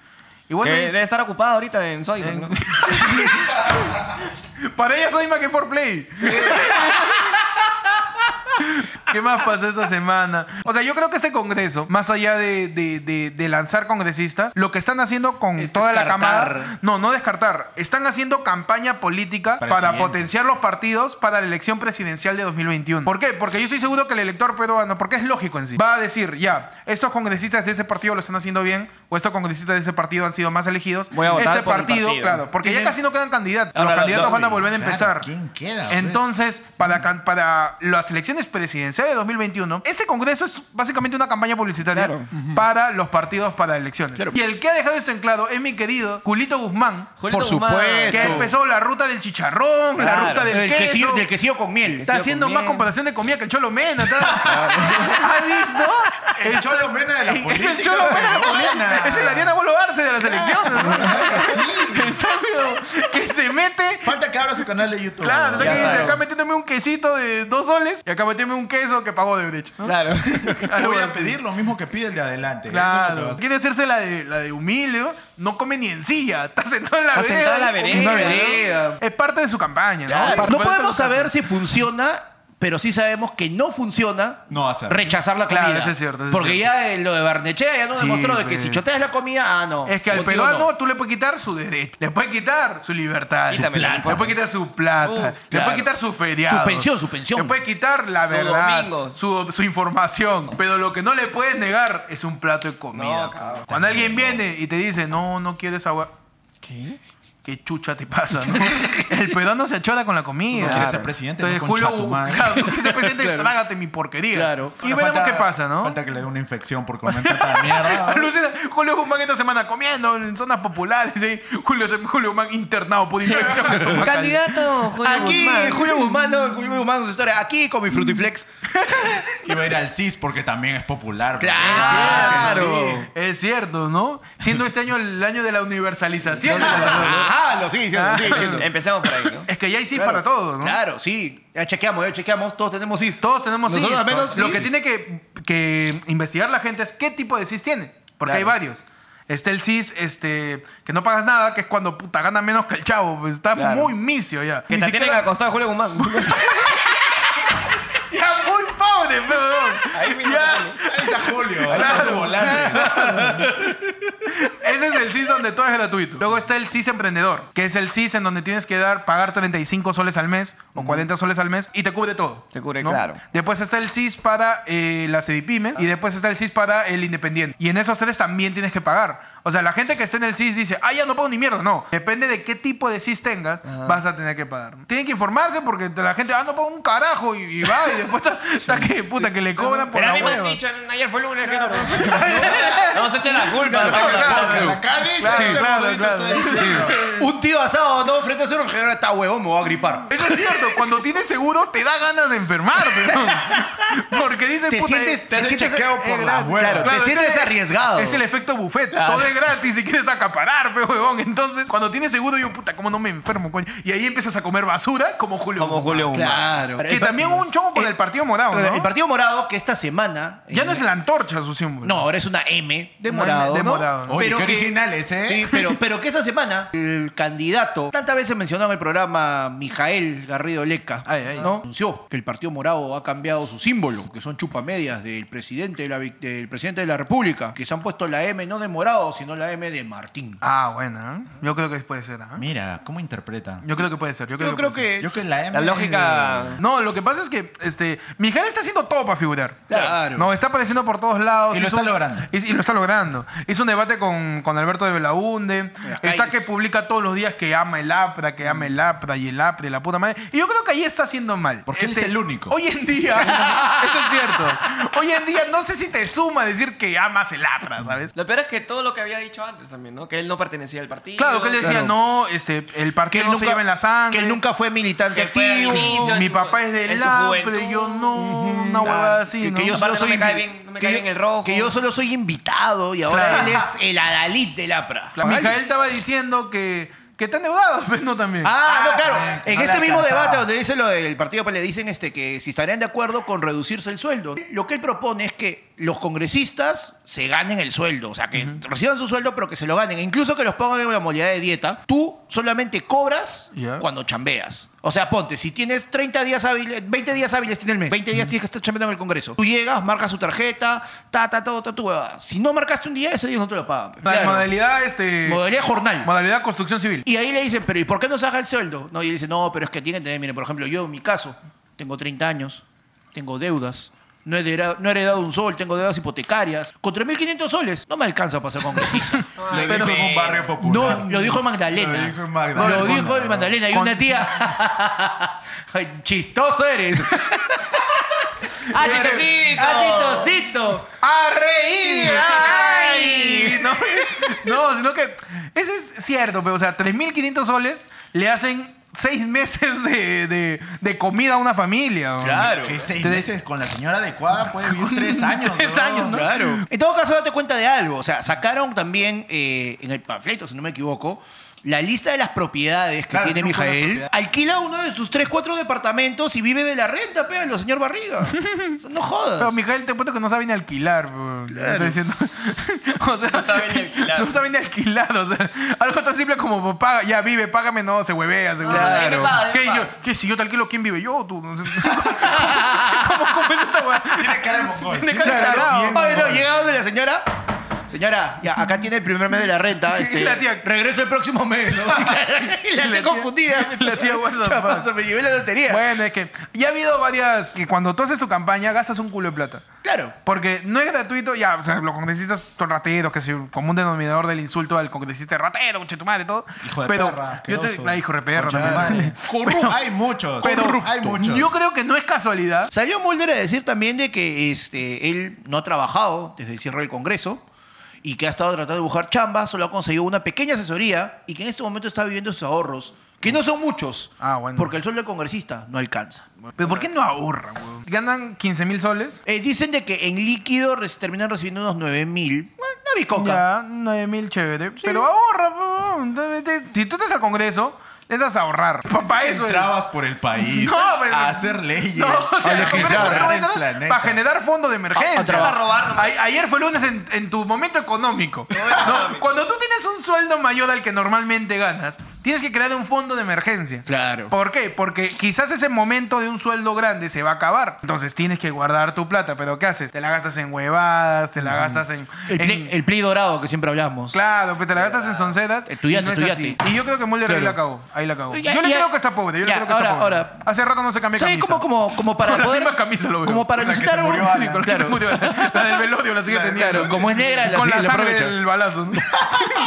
S1: Y
S2: Que
S1: bueno,
S2: debe estar ocupada ahorita en
S1: [laughs]
S2: Soy. ¿no?
S1: y- para ella soy más que for play. [laughs] ¿Qué más pasó esta semana? O sea, yo creo que este Congreso, más allá de, de- de- de lanzar congresistas, lo que están haciendo con
S4: Es
S1: toda la
S4: descartar.
S1: camada... No, no descartar. Están haciendo campaña política
S3: Para el
S1: para,
S3: siguiente.
S1: potenciar los partidos para la elección presidencial de 2021. ¿Por qué? Porque yo estoy seguro que el elector peruano, porque es lógico en sí, va a decir, ya, estos congresistas de este partido lo están haciendo bien, o estos congresistas de este partido han sido más elegidos.
S2: Voy a votar
S1: este
S2: por mi
S1: partido,
S2: partido.
S1: claro, porque ya
S3: Tienen-
S1: casi no quedan candidatos.
S2: Ahora,
S1: los
S2: lo-
S1: candidatos
S2: lo-
S1: van a volver a
S3: Claro,
S1: empezar.
S3: ¿quién queda, pues?
S1: Entonces, para, can- para las elecciones presidenciales de 2021, este Congreso es básicamente una campaña publicitaria
S2: Claro.
S1: para los partidos para elecciones. Y el que ha dejado esto en claro es mi querido Julito Guzmán,
S2: Julio
S4: Por
S2: Guzmán.
S4: supuesto.
S1: que empezó la ruta del chicharrón, la
S2: Claro.
S1: ruta del
S4: Del
S1: queso.
S4: quesillo, del quesillo con miel.
S1: Está haciendo
S2: comida.
S1: más comparación de comida que el Cholo Mena. está- ¿Has visto?
S3: El Cholo Mena de la
S1: Es
S3: política
S1: el Cholo Mena de la política.
S3: peruana.
S1: Es el Ariana Bolo Arce de las elecciones. Está, pero, que se mete
S3: Falta que abra su canal de YouTube.
S1: Claro,
S3: Ya
S1: tengo que
S3: está.
S1: decir,
S2: claro.
S1: acá metiéndome un quesito de dos soles y acá metiéndome un queso que pagó de brecha. [laughs] ¿no?
S2: Claro.
S1: Algo
S3: Voy a
S1: así.
S3: pedir lo mismo que pide el de adelante. Eso es lo que
S1: Claro.
S3: vas a hacer.
S1: Quiere hacerse la de, la de humilde, ¿no? No come ni en silla. [laughs] Está sentado en la
S2: Está
S1: vereda.
S2: sentado en la vereda.
S1: Una
S4: vereda.
S1: Es parte de su campaña, ¿no?
S4: Claro.
S1: Parte- parte
S4: No
S1: de
S4: podemos
S1: su campaña.
S4: saber si funciona, pero sí sabemos que no funciona
S3: No hacer.
S4: rechazar la
S1: Claro,
S4: comida.
S1: eso es cierto, eso es
S4: Porque
S1: cierto.
S4: ya eh, lo de Barnechea ya nos
S1: Sí,
S4: demostró de que
S1: pues.
S4: si choteas la comida, ah, no.
S1: Es que al
S4: Contigo
S1: peruano
S4: no.
S1: tú le puedes quitar su derecho, le puedes quitar su libertad,
S2: Quítame,
S1: su plata,
S2: no importa.
S1: le puedes quitar su plata,
S2: Uf,
S1: le
S4: claro.
S1: puedes quitar su feriado,
S4: Su pensión, su pensión.
S1: le puedes quitar la
S2: Sus
S1: verdad,
S2: domingos.
S1: su, su información, pero lo que no le puedes negar es un plato de comida.
S2: No, cabrón.
S1: Cuando alguien viene y te dice, no, no quiero esa agua,
S2: ¿Qué?
S1: ¿qué chucha te pasa? no? [laughs] El peruano se achora con la comida.
S3: No quieres ser presidente,
S1: Entonces,
S3: no concha tu
S1: Julio,
S3: madre.
S1: claro, tú quieres ser presidente, trágate mi porquería.
S4: Claro.
S1: Y
S3: Bueno,
S1: veremos
S3: falta-
S1: qué pasa, ¿no?
S3: Falta que le dé una infección por comer tanta
S4: Ah.
S3: mierda.
S1: Alucina, Julio Guzmán esta semana comiendo en zonas populares. ¿eh? Julio, Julio Guzmán internado por
S4: [laughs]
S1: infección.
S2: [laughs] Candidato Julio
S4: Aquí,
S2: Guzmán.
S4: Julio Guzmán, no, Julio Guzmán, su historia. Aquí con mi frutiflex.
S3: Iba a ir al CIS porque también es popular.
S4: ¡Claro!
S1: Es cierto, ¿no? Siendo este año el año de la universalización. de la salud.
S4: Ajá, lo sigue diciendo, lo sigue diciendo.
S2: Empecemos
S1: [laughs]
S2: por ahí, ¿no?
S1: es que ya hay CIS para todos, ¿no?
S4: Claro, sí. Ya chequeamos, ya chequeamos. Todos tenemos CIS.
S1: Todos tenemos CIS.
S4: Nosotros al menos
S1: Lo
S4: sí.
S1: que tiene que, que investigar la gente es qué tipo de CIS tiene. Porque
S2: Claro.
S1: hay varios. Está el CIS, este, que no pagas nada, que es cuando puta gana menos que el chavo. pues, Está
S2: Claro.
S1: muy misio ya.
S2: Que
S1: Ni
S2: te
S1: siquiera-
S2: tienen acostado
S1: [laughs]
S2: Julio Guzmán.
S1: Ya muy pobre, perdón. ya,
S3: Ahí está Julio. Ahí está
S1: Claro.
S3: su volante.
S1: [laughs] Ese es el CIS donde todo es gratuito. Luego está el CIS emprendedor, que es el CIS en donde tienes que dar, pagar 35 soles al mes o 40 soles al mes y te cubre todo.
S2: Te cubre, claro.
S1: Después está el CIS
S2: Ah.
S1: para eh, las edipymes y después está el CIS para el independiente. Y en esos tres también tienes que pagar. O sea, la gente que está en el CIS dice, ah, ya no pago ni mierda. No, depende de qué tipo de CIS tengas, vas a tener que pagar. Tienen que informarse porque la gente, ah, no pago un carajo y, y va y después
S2: [laughs]
S1: está, está que puta que le cobran por
S2: Pero a
S1: la
S2: mí me han
S1: hueva.
S2: dicho, ayer fue lunes. que no- No se echa la culpa.
S1: Claro,
S2: saca la
S1: claro,
S2: culpa.
S1: claro. Claro, claro, claro.
S4: Un tío asado, no, frente a su refrigerador está huevón, me voy a gripar.
S1: Eso es cierto, cuando tienes seguro te da ganas de enfermarte. ¿no? [laughs] Porque dices,
S4: Te
S1: puta,
S4: sientes-
S1: es-
S4: te
S1: es
S4: sientes-
S1: chequeo por
S4: es
S1: la
S4: gratis.
S1: hueva.
S4: Claro, te sientes
S1: ese es-
S4: arriesgado.
S1: Es el efecto buffet, todo es gratis y quieres acaparar, pe huevón. Entonces, cuando tienes seguro, yo, puta, ¿cómo no me enfermo, coño? Y ahí empiezas a comer basura como Julio.
S2: Como
S1: Guzmán.
S2: Julio Guzmán.
S4: Claro.
S1: Que también hubo un chongo con
S4: Eh,
S1: el Partido Morado, ¿no?
S4: El Partido Morado, que esta semana.
S1: Ya
S4: eh,
S1: no es la antorcha su símbolo.
S4: No, ahora es una M de
S1: Una
S4: morado.
S1: M de
S4: ¿no?
S1: morado.
S3: Oye, qué originales, ¿eh?
S4: Sí, pero, pero que esa semana el candidato, tantas veces mencionado en el programa Mijael Garrido Leca,
S1: Ay, ay.
S4: ¿no? anunció que el Partido Morado ha cambiado su símbolo, que son chupamedias del presidente de la, vic- del presidente de la República, que se han puesto la M no de morado, sino la M de Martín.
S1: Ah, bueno, ¿eh? yo creo que puede ser. ¿ah?
S3: Mira, ¿cómo interpreta?
S1: Yo creo que puede ser. Yo creo
S4: Yo
S1: que
S4: creo
S1: puede
S4: que.
S3: Yo que la M.
S2: La lógica...
S1: No, lo que pasa es que este, Miguel está haciendo todo para figurar.
S4: Claro.
S1: No, está apareciendo por todos lados.
S3: Y lo
S1: Hizo
S3: está
S1: un-
S3: logrando.
S1: hizo- y lo está logrando. Hizo un debate con, con Alberto de Belaunde.
S4: las
S1: Está que
S4: calles.
S1: publica todos los días que ama el APRA, que ama el APRA y el APRA y la puta madre. Y yo creo que ahí está haciendo mal. Este,
S3: Porque él es el único.
S1: Hoy en día, [laughs] eso es cierto. Hoy en día no sé si te suma decir que amas el APRA, ¿sabes?
S2: Lo peor es que todo lo que había dicho antes también, ¿no? Que él no pertenecía al partido.
S1: Claro, que él decía,
S4: Claro.
S1: no, este, el
S4: que
S1: partido
S4: él
S1: no se
S4: nunca-
S1: lleva en la sangre.
S4: que él nunca fue militante
S2: Que fue al
S4: activo.
S2: inicio. en
S1: mi
S2: su-
S1: papá es del
S2: en su
S1: APRA,
S2: juventud.
S1: yo no,
S2: Ujú.
S1: una huevada
S2: Claro.
S1: así.
S4: Que,
S1: ¿no?
S4: que yo
S2: Aparte,
S4: solo
S2: no
S4: soy
S2: me cae
S4: invi-
S2: bien- no me
S4: que
S2: cae
S4: yo-
S2: bien el rojo.
S4: Que yo solo soy invitado y ahora
S1: Claro.
S4: él es el adalid del APRA.
S1: Claro, Mijael estaba diciendo que, que está endeudado, [laughs] pero no también.
S4: Ah, no,
S3: Ah,
S4: claro.
S3: sí.
S4: En
S3: No le
S4: este mismo
S3: alcanzaba.
S4: debate donde dice lo del partido, pues le dicen este, que si estarían de acuerdo con reducirse el sueldo. Lo que él propone es que los congresistas se ganen el sueldo, o sea, que reciban su sueldo, pero que se lo ganen. E Incluso que los pongan en la modalidad de dieta. Tú solamente cobras
S1: Ya.
S4: cuando chambeas. O sea, ponte, si tienes 30 días hábiles, 20 días hábiles tiene el mes, 20 días tienes que estar chambeando en el Congreso. Tú llegas, marcas tu tarjeta, ta, ta, todo, ta, tu huevada. Si no marcaste un día, ese día no te lo pagan.
S1: La
S4: Claro.
S1: modalidad, este,
S4: Modalidad jornal.
S1: modalidad construcción civil.
S4: Y ahí le dicen, pero ¿y por qué no se baja el sueldo? No, y él dice, no, pero es que tiene que tener, miren, por ejemplo, yo en mi caso, tengo 30 años, tengo deudas, no he, heredado, no he heredado un sol, tengo deudas hipotecarias, con 3.500 soles, no me alcanza para ser
S3: [laughs]
S4: congresista.
S3: Lo dijo en un barrio popular.
S4: no, lo dijo Magdalena.
S3: Lo dijo en Magdalena.
S4: Lo
S1: No,
S4: dijo
S1: con-
S4: en Magdalena. Y
S1: con-
S4: una tía, [laughs] Ay, chistoso eres.
S2: ¡Ah, chistosito!
S4: ¡Ah, chistosito!
S1: ¡A reír!
S4: ¡Ay!
S1: [laughs] No, no, sino que ese es cierto, pero o sea, 3.500 soles le hacen seis meses de, de- de comida a una familia. ¿no?
S4: Claro.
S3: Que seis
S1: Te-
S3: meses con la señora adecuada puede vivir tres años.
S1: [laughs] Tres
S3: ¿no?
S1: años, ¿no?
S4: Claro. En todo caso, date cuenta de algo. O sea, sacaron también eh, en el panfleto, si no me equivoco, la lista de las propiedades que
S3: Claro,
S4: tiene
S3: no fue una
S4: Mijael.
S3: propiedad.
S4: Alquila uno de sus tres, cuatro departamentos y vive de la renta, pégalo, señor
S1: [laughs]
S4: Barriga. O sea, no jodas.
S1: Pero Miguel, te cuento que no saben alquilar. bro. Estoy diciendo. O sea,
S2: [laughs] No saben ni alquilar.
S1: No saben ni alquilar. O sea, algo tan simple como "Pues, paga, ya vive, págame, no, se huevea, seguro.
S2: Claro. Ah, Paga,
S1: ¿Qué,
S2: paga.
S1: yo, ¿Qué? Si yo te alquilo, ¿quién vive? Yo, tú. No sé. [laughs] ¿Cómo, cómo es esta weá?
S3: Tiene cara de mongol.
S1: Tiene cara de
S4: Claro.
S1: tarado.
S4: Ay, Ah, no, llega donde la señora. Señora, ya, acá tiene el primer mes de
S1: [laughs]
S4: la renta. Este,
S1: la tía-
S4: Regresa el próximo mes, ¿no?
S1: [laughs]
S4: [laughs] y la,
S1: Y la tía-
S4: tía confundida.
S1: la tía, what
S4: [laughs]
S1: the
S4: Chapa,
S1: fuck.
S4: se me llevé la lotería.
S1: Bueno, es que ya ha habido varias que cuando tú haces tu campaña gastas un culo de plata.
S4: Claro.
S1: Porque no es gratuito, ya, o sea, los congresistas son rateros, que es como un denominador del insulto al congresista ratero, conche tu madre, todo.
S3: Hijo de
S1: pero
S3: perra.
S1: yo te-
S3: asqueroso.
S1: ah, hijo de perra
S3: Concha de
S1: también.
S3: madre. Corrupto. Hay muchos.
S1: Pero
S3: hay muchos.
S1: yo creo que no es casualidad.
S4: Salió Mulder a decir también de que este, él no ha trabajado desde el cierre del Congreso y que ha estado tratando de buscar chamba, solo ha conseguido una pequeña asesoría y que en este momento está viviendo sus ahorros, que no son muchos,
S1: Ah, bueno.
S4: porque el sueldo del congresista no alcanza.
S1: Pero ¿por qué no ahorran, weón? Ganan 15 mil soles.
S4: Eh, dicen de que en líquido res- terminan recibiendo unos 9 mil. Una bicoca.
S1: Ya, 9 mil chévere. Pero ahorra, weón. Si tú estás al Congreso, necesitas ahorrar. [laughs] Papá, eso es.
S3: Entrabas por el país
S1: No, pero-
S3: a hacer leyes,
S1: No, o sea,
S3: a
S1: el Congreso
S3: legislar
S1: no va a
S3: el
S1: entrar
S3: planeta.
S1: para generar fondos de emergencia.
S4: A- a trabajar.
S2: Vas a robar, ¿no?
S1: A- ayer fue lunes en, en tu momento económico. No, Cuando tú tienes un sueldo mayor al que normalmente ganas, Tienes que crear un fondo de emergencia.
S4: Claro.
S1: ¿Por qué? Porque quizás ese momento de un sueldo grande se va a acabar. Entonces tienes que guardar tu plata. ¿Pero qué haces? Te la gastas en huevadas, te la gastas en.
S4: El,
S1: en-
S4: play, el play dorado que siempre hablamos.
S1: Claro, que te la gastas en soncedas.
S4: Estudiate,
S1: y no es
S4: estudiate.
S1: así. Y yo creo que Muller ahí
S4: Claro.
S1: la cagó. Ahí la cagó.
S4: Ya,
S1: yo le
S4: ya.
S1: creo que está pobre. Yo
S4: Ya,
S1: le creo que
S4: ahora,
S1: está pobre.
S4: ahora.
S1: Hace rato no se cambia
S4: ¿Sabes
S1: camisa.
S4: cómo, como, como para
S1: Con la
S4: poder.
S1: misma camisa lo veo.
S4: Como para
S1: Con la que
S4: lucitar
S1: se
S4: un.
S1: murió Ana. Con la que se
S4: [laughs] claro.
S1: murió Ana. [laughs] La del velorio la sigue teniendo.
S4: Claro, como es negra, la
S1: Con la
S4: sigue- la
S1: sangre
S4: aprovecha.
S1: del balazo. ¿no?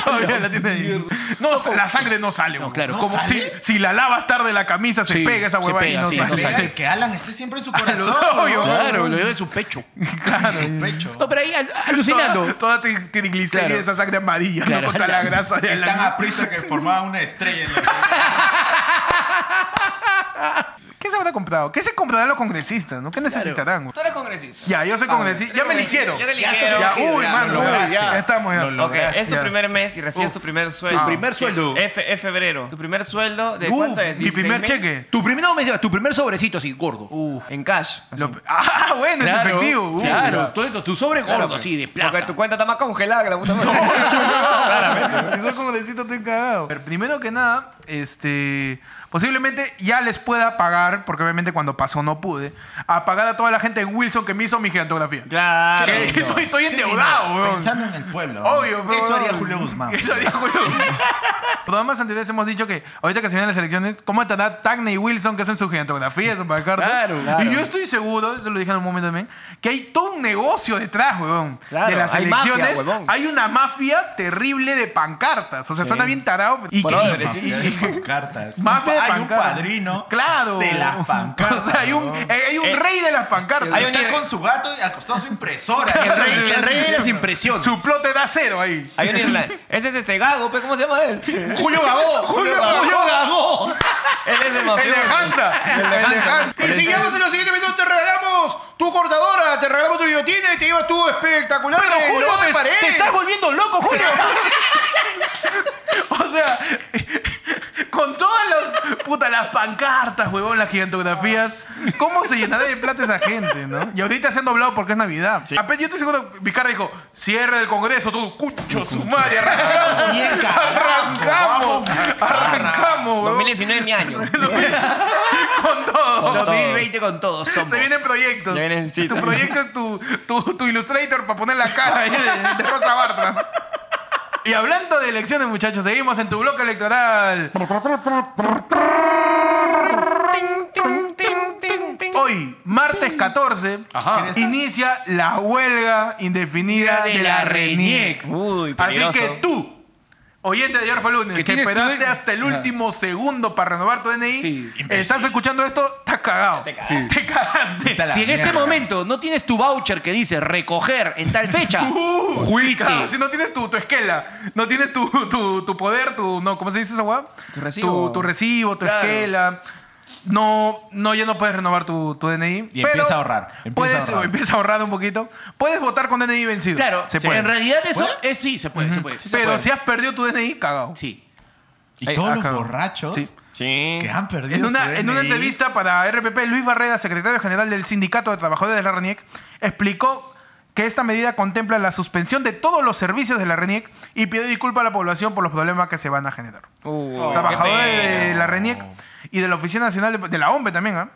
S1: [laughs] Todavía la tiene ahí. No, la sangre no sale.
S4: No,
S1: güey.
S4: claro,
S1: No
S4: ¿cómo?
S1: si, si la lavas tarde la camisa, se
S4: Sí,
S1: pega esa
S4: se
S1: hueva y
S4: pega,
S1: no
S4: sí,
S1: sale.
S4: no sale.
S1: Sí.
S3: Que Alan esté siempre
S1: [laughs]
S3: en su
S1: Ah,
S3: corazón.
S1: no,
S3: ¿no?
S1: yo-
S4: Claro, lo lleva en su [laughs] pecho.
S3: En su pecho.
S4: No, pero ahí al- alucinando.
S1: Toda, toda tri- triglicérida,
S4: Claro.
S1: esa sangre amarilla,
S4: Claro.
S1: ¿no? Con toda la grasa de
S3: Es tan
S1: la... [laughs]
S3: aprisa que formaba una estrella en la
S1: ¿Qué se habrá comprado? ¿Qué se comprarán los congresistas? ¿no? ¿Qué necesitarán? güey?
S2: Tú eres congresista.
S1: Ya, yo soy congresista. Ya me eligieron.
S2: Ya te
S4: Ya,
S2: eligieron.
S1: Ya,
S4: Ya,
S1: uy,
S4: ya,
S1: mano.
S4: lo lograste.
S1: ya. ya estamos ya.
S3: Lo
S2: Ok,
S3: lograste,
S2: es tu
S1: ya.
S2: primer mes y recibes
S1: Uf.
S2: tu primer sueldo.
S1: Tu
S4: primer sueldo.
S2: F, es febrero. Tu primer sueldo de
S1: Uf,
S2: cuánto es?
S1: mi primer
S2: 16.000?
S1: cheque.
S4: Tu primer, no, me decía, tu primer sobrecito así, gordo.
S1: Uf.
S2: En cash. así.
S1: Lo- ah, bueno, en efectivo.
S4: uh.
S1: Uf.
S4: claro. Todo esto, tu sobre gordo
S2: pues.
S4: así, de plata.
S2: Porque tu cuenta está más congelada que la
S1: [laughs]
S2: puta madre.
S1: Si soy congresista, estoy cagado. Pero primero que nada, este. Posiblemente ya les pueda pagar, porque obviamente cuando pasó no pude, a pagar a toda la gente en Wilson que me hizo mi gigantografía.
S2: Claro.
S1: Que estoy, estoy endeudado,
S3: Pensando
S1: weón.
S3: Pensando en el pueblo. ¿no?
S1: Obvio, pero-
S3: Eso haría Julio
S1: [laughs]
S3: Guzmán.
S1: Eso haría Julio Guzmán. Programas anteriores hemos dicho que ahorita que se vienen las elecciones, ¿cómo estará Tagney y Wilson que hacen su gigantografía, su pancarta?
S4: Claro, claro.
S1: Y yo estoy seguro, eso lo dije en un momento también, que hay todo un negocio detrás, huevón.
S2: Claro,
S1: de las
S2: hay mafia,
S1: elecciones.
S2: huevón.
S1: hay una mafia terrible de pancartas. O sea, suena bien tarado. Y que-
S2: Brother,
S1: y-
S2: sí,
S1: y-
S3: Hay pancartas.
S1: mafia de
S3: Hay un
S1: pancartas.
S3: padrino.
S1: Claro.
S3: De las pancartas,
S1: O sea, hay un,
S3: huevón.
S1: hay un
S2: Eh,
S1: rey de las pancartas.
S2: hay
S3: Ahí
S2: un-
S3: está con su gato y al costado su impresora. el
S4: rey- el rey de las impresiones.
S1: Su plot te da cero ahí.
S2: Hay un irla- Ese es este gago, pe, ¿cómo se
S1: [laughs]
S2: llama él?
S4: Julio Gagó. Julio
S1: Gagó.
S4: Gagó.
S2: Él es el
S1: El de
S2: mafioso.
S1: Hansa. El de Hansa.
S4: Y si llamas en los siguientes minutos, te regalamos tu cortadora, te regalamos tu guillotina y te llevas tu espectacular.
S1: Pero Julio,
S4: reloj de
S1: te,
S4: pared.
S1: te estás volviendo loco, Julio. [laughs] o sea, con todas las puta, las pancartas, huevón, las gigantografías, ¿cómo se llenará de plata esa gente, no? Y ahorita se han doblado porque es Navidad. Apenas yo estoy seguro, Vizcarra dijo, cierre del Congreso, todo cucho, su madre, arrancamos. arrancamos, arrancamos, huevón.
S2: 2019 es mi año.
S1: Con todo.
S2: Con todo.
S4: 2020 con todos somos.
S1: Te vienen proyectos.
S2: Ya vienen, sí,
S1: tu
S2: también.
S1: proyecto es tu, tu, tu Illustrator para poner la cara ahí de, de Rosa Bartra. Y hablando de elecciones, muchachos, seguimos en tu bloque electoral. Hoy, martes 14,
S4: Ajá.
S1: inicia la huelga indefinida de, la RENIEC.
S2: Uy,
S1: Así
S2: peligroso.
S1: que tú, oyente de ayer fue lunes,
S4: Que
S1: que
S4: tienes tu
S1: esperaste
S4: DNI.
S1: hasta el último segundo para renovar tu DNI,
S4: Sí.
S1: estás escuchando esto, estás cagado.
S2: Te cagaste.
S1: Te cagaste.
S3: la
S4: Si en este
S3: mierda.
S4: momento no tienes tu voucher que dice recoger en tal [laughs] fecha,
S1: Uh,
S4: juite.
S1: claro, si no tienes tu, tu esquela, no tienes tu, tu, tu poder, tu. No, ¿Cómo se dice esa weá?
S2: Tu recibo.
S1: Tu, tu recibo, tu
S4: Claro.
S1: esquela. No, no, ya no puedes renovar tu, tu DNI.
S3: Y
S1: pero
S3: empieza a ahorrar, empieza
S1: puedes,
S3: a ahorrar.
S1: o empieza a ahorrar un poquito. Puedes votar con DNI vencido.
S4: Claro,
S1: se
S4: en
S1: puede.
S4: realidad eso es sí, se puede, se puede.
S1: Pero si has perdido tu DNI, cagado.
S4: Sí.
S3: Y
S2: Ahí,
S3: todos los
S1: ajá.
S3: borrachos
S1: Sí.
S2: Sí.
S3: que han perdido
S1: En
S3: su
S1: una, en una
S3: DNI.
S1: entrevista para RPP, Luis Barrera, secretario general del Sindicato de Trabajadores de la RENIEC, E explicó que esta medida contempla la suspensión de todos los servicios de la RENIEC E y pidió disculpas a la población por los problemas que se van a generar.
S2: Uy,
S1: Trabajadores de la RENIEC E y de la Oficina Nacional de, de la OMBE también, ¿ah?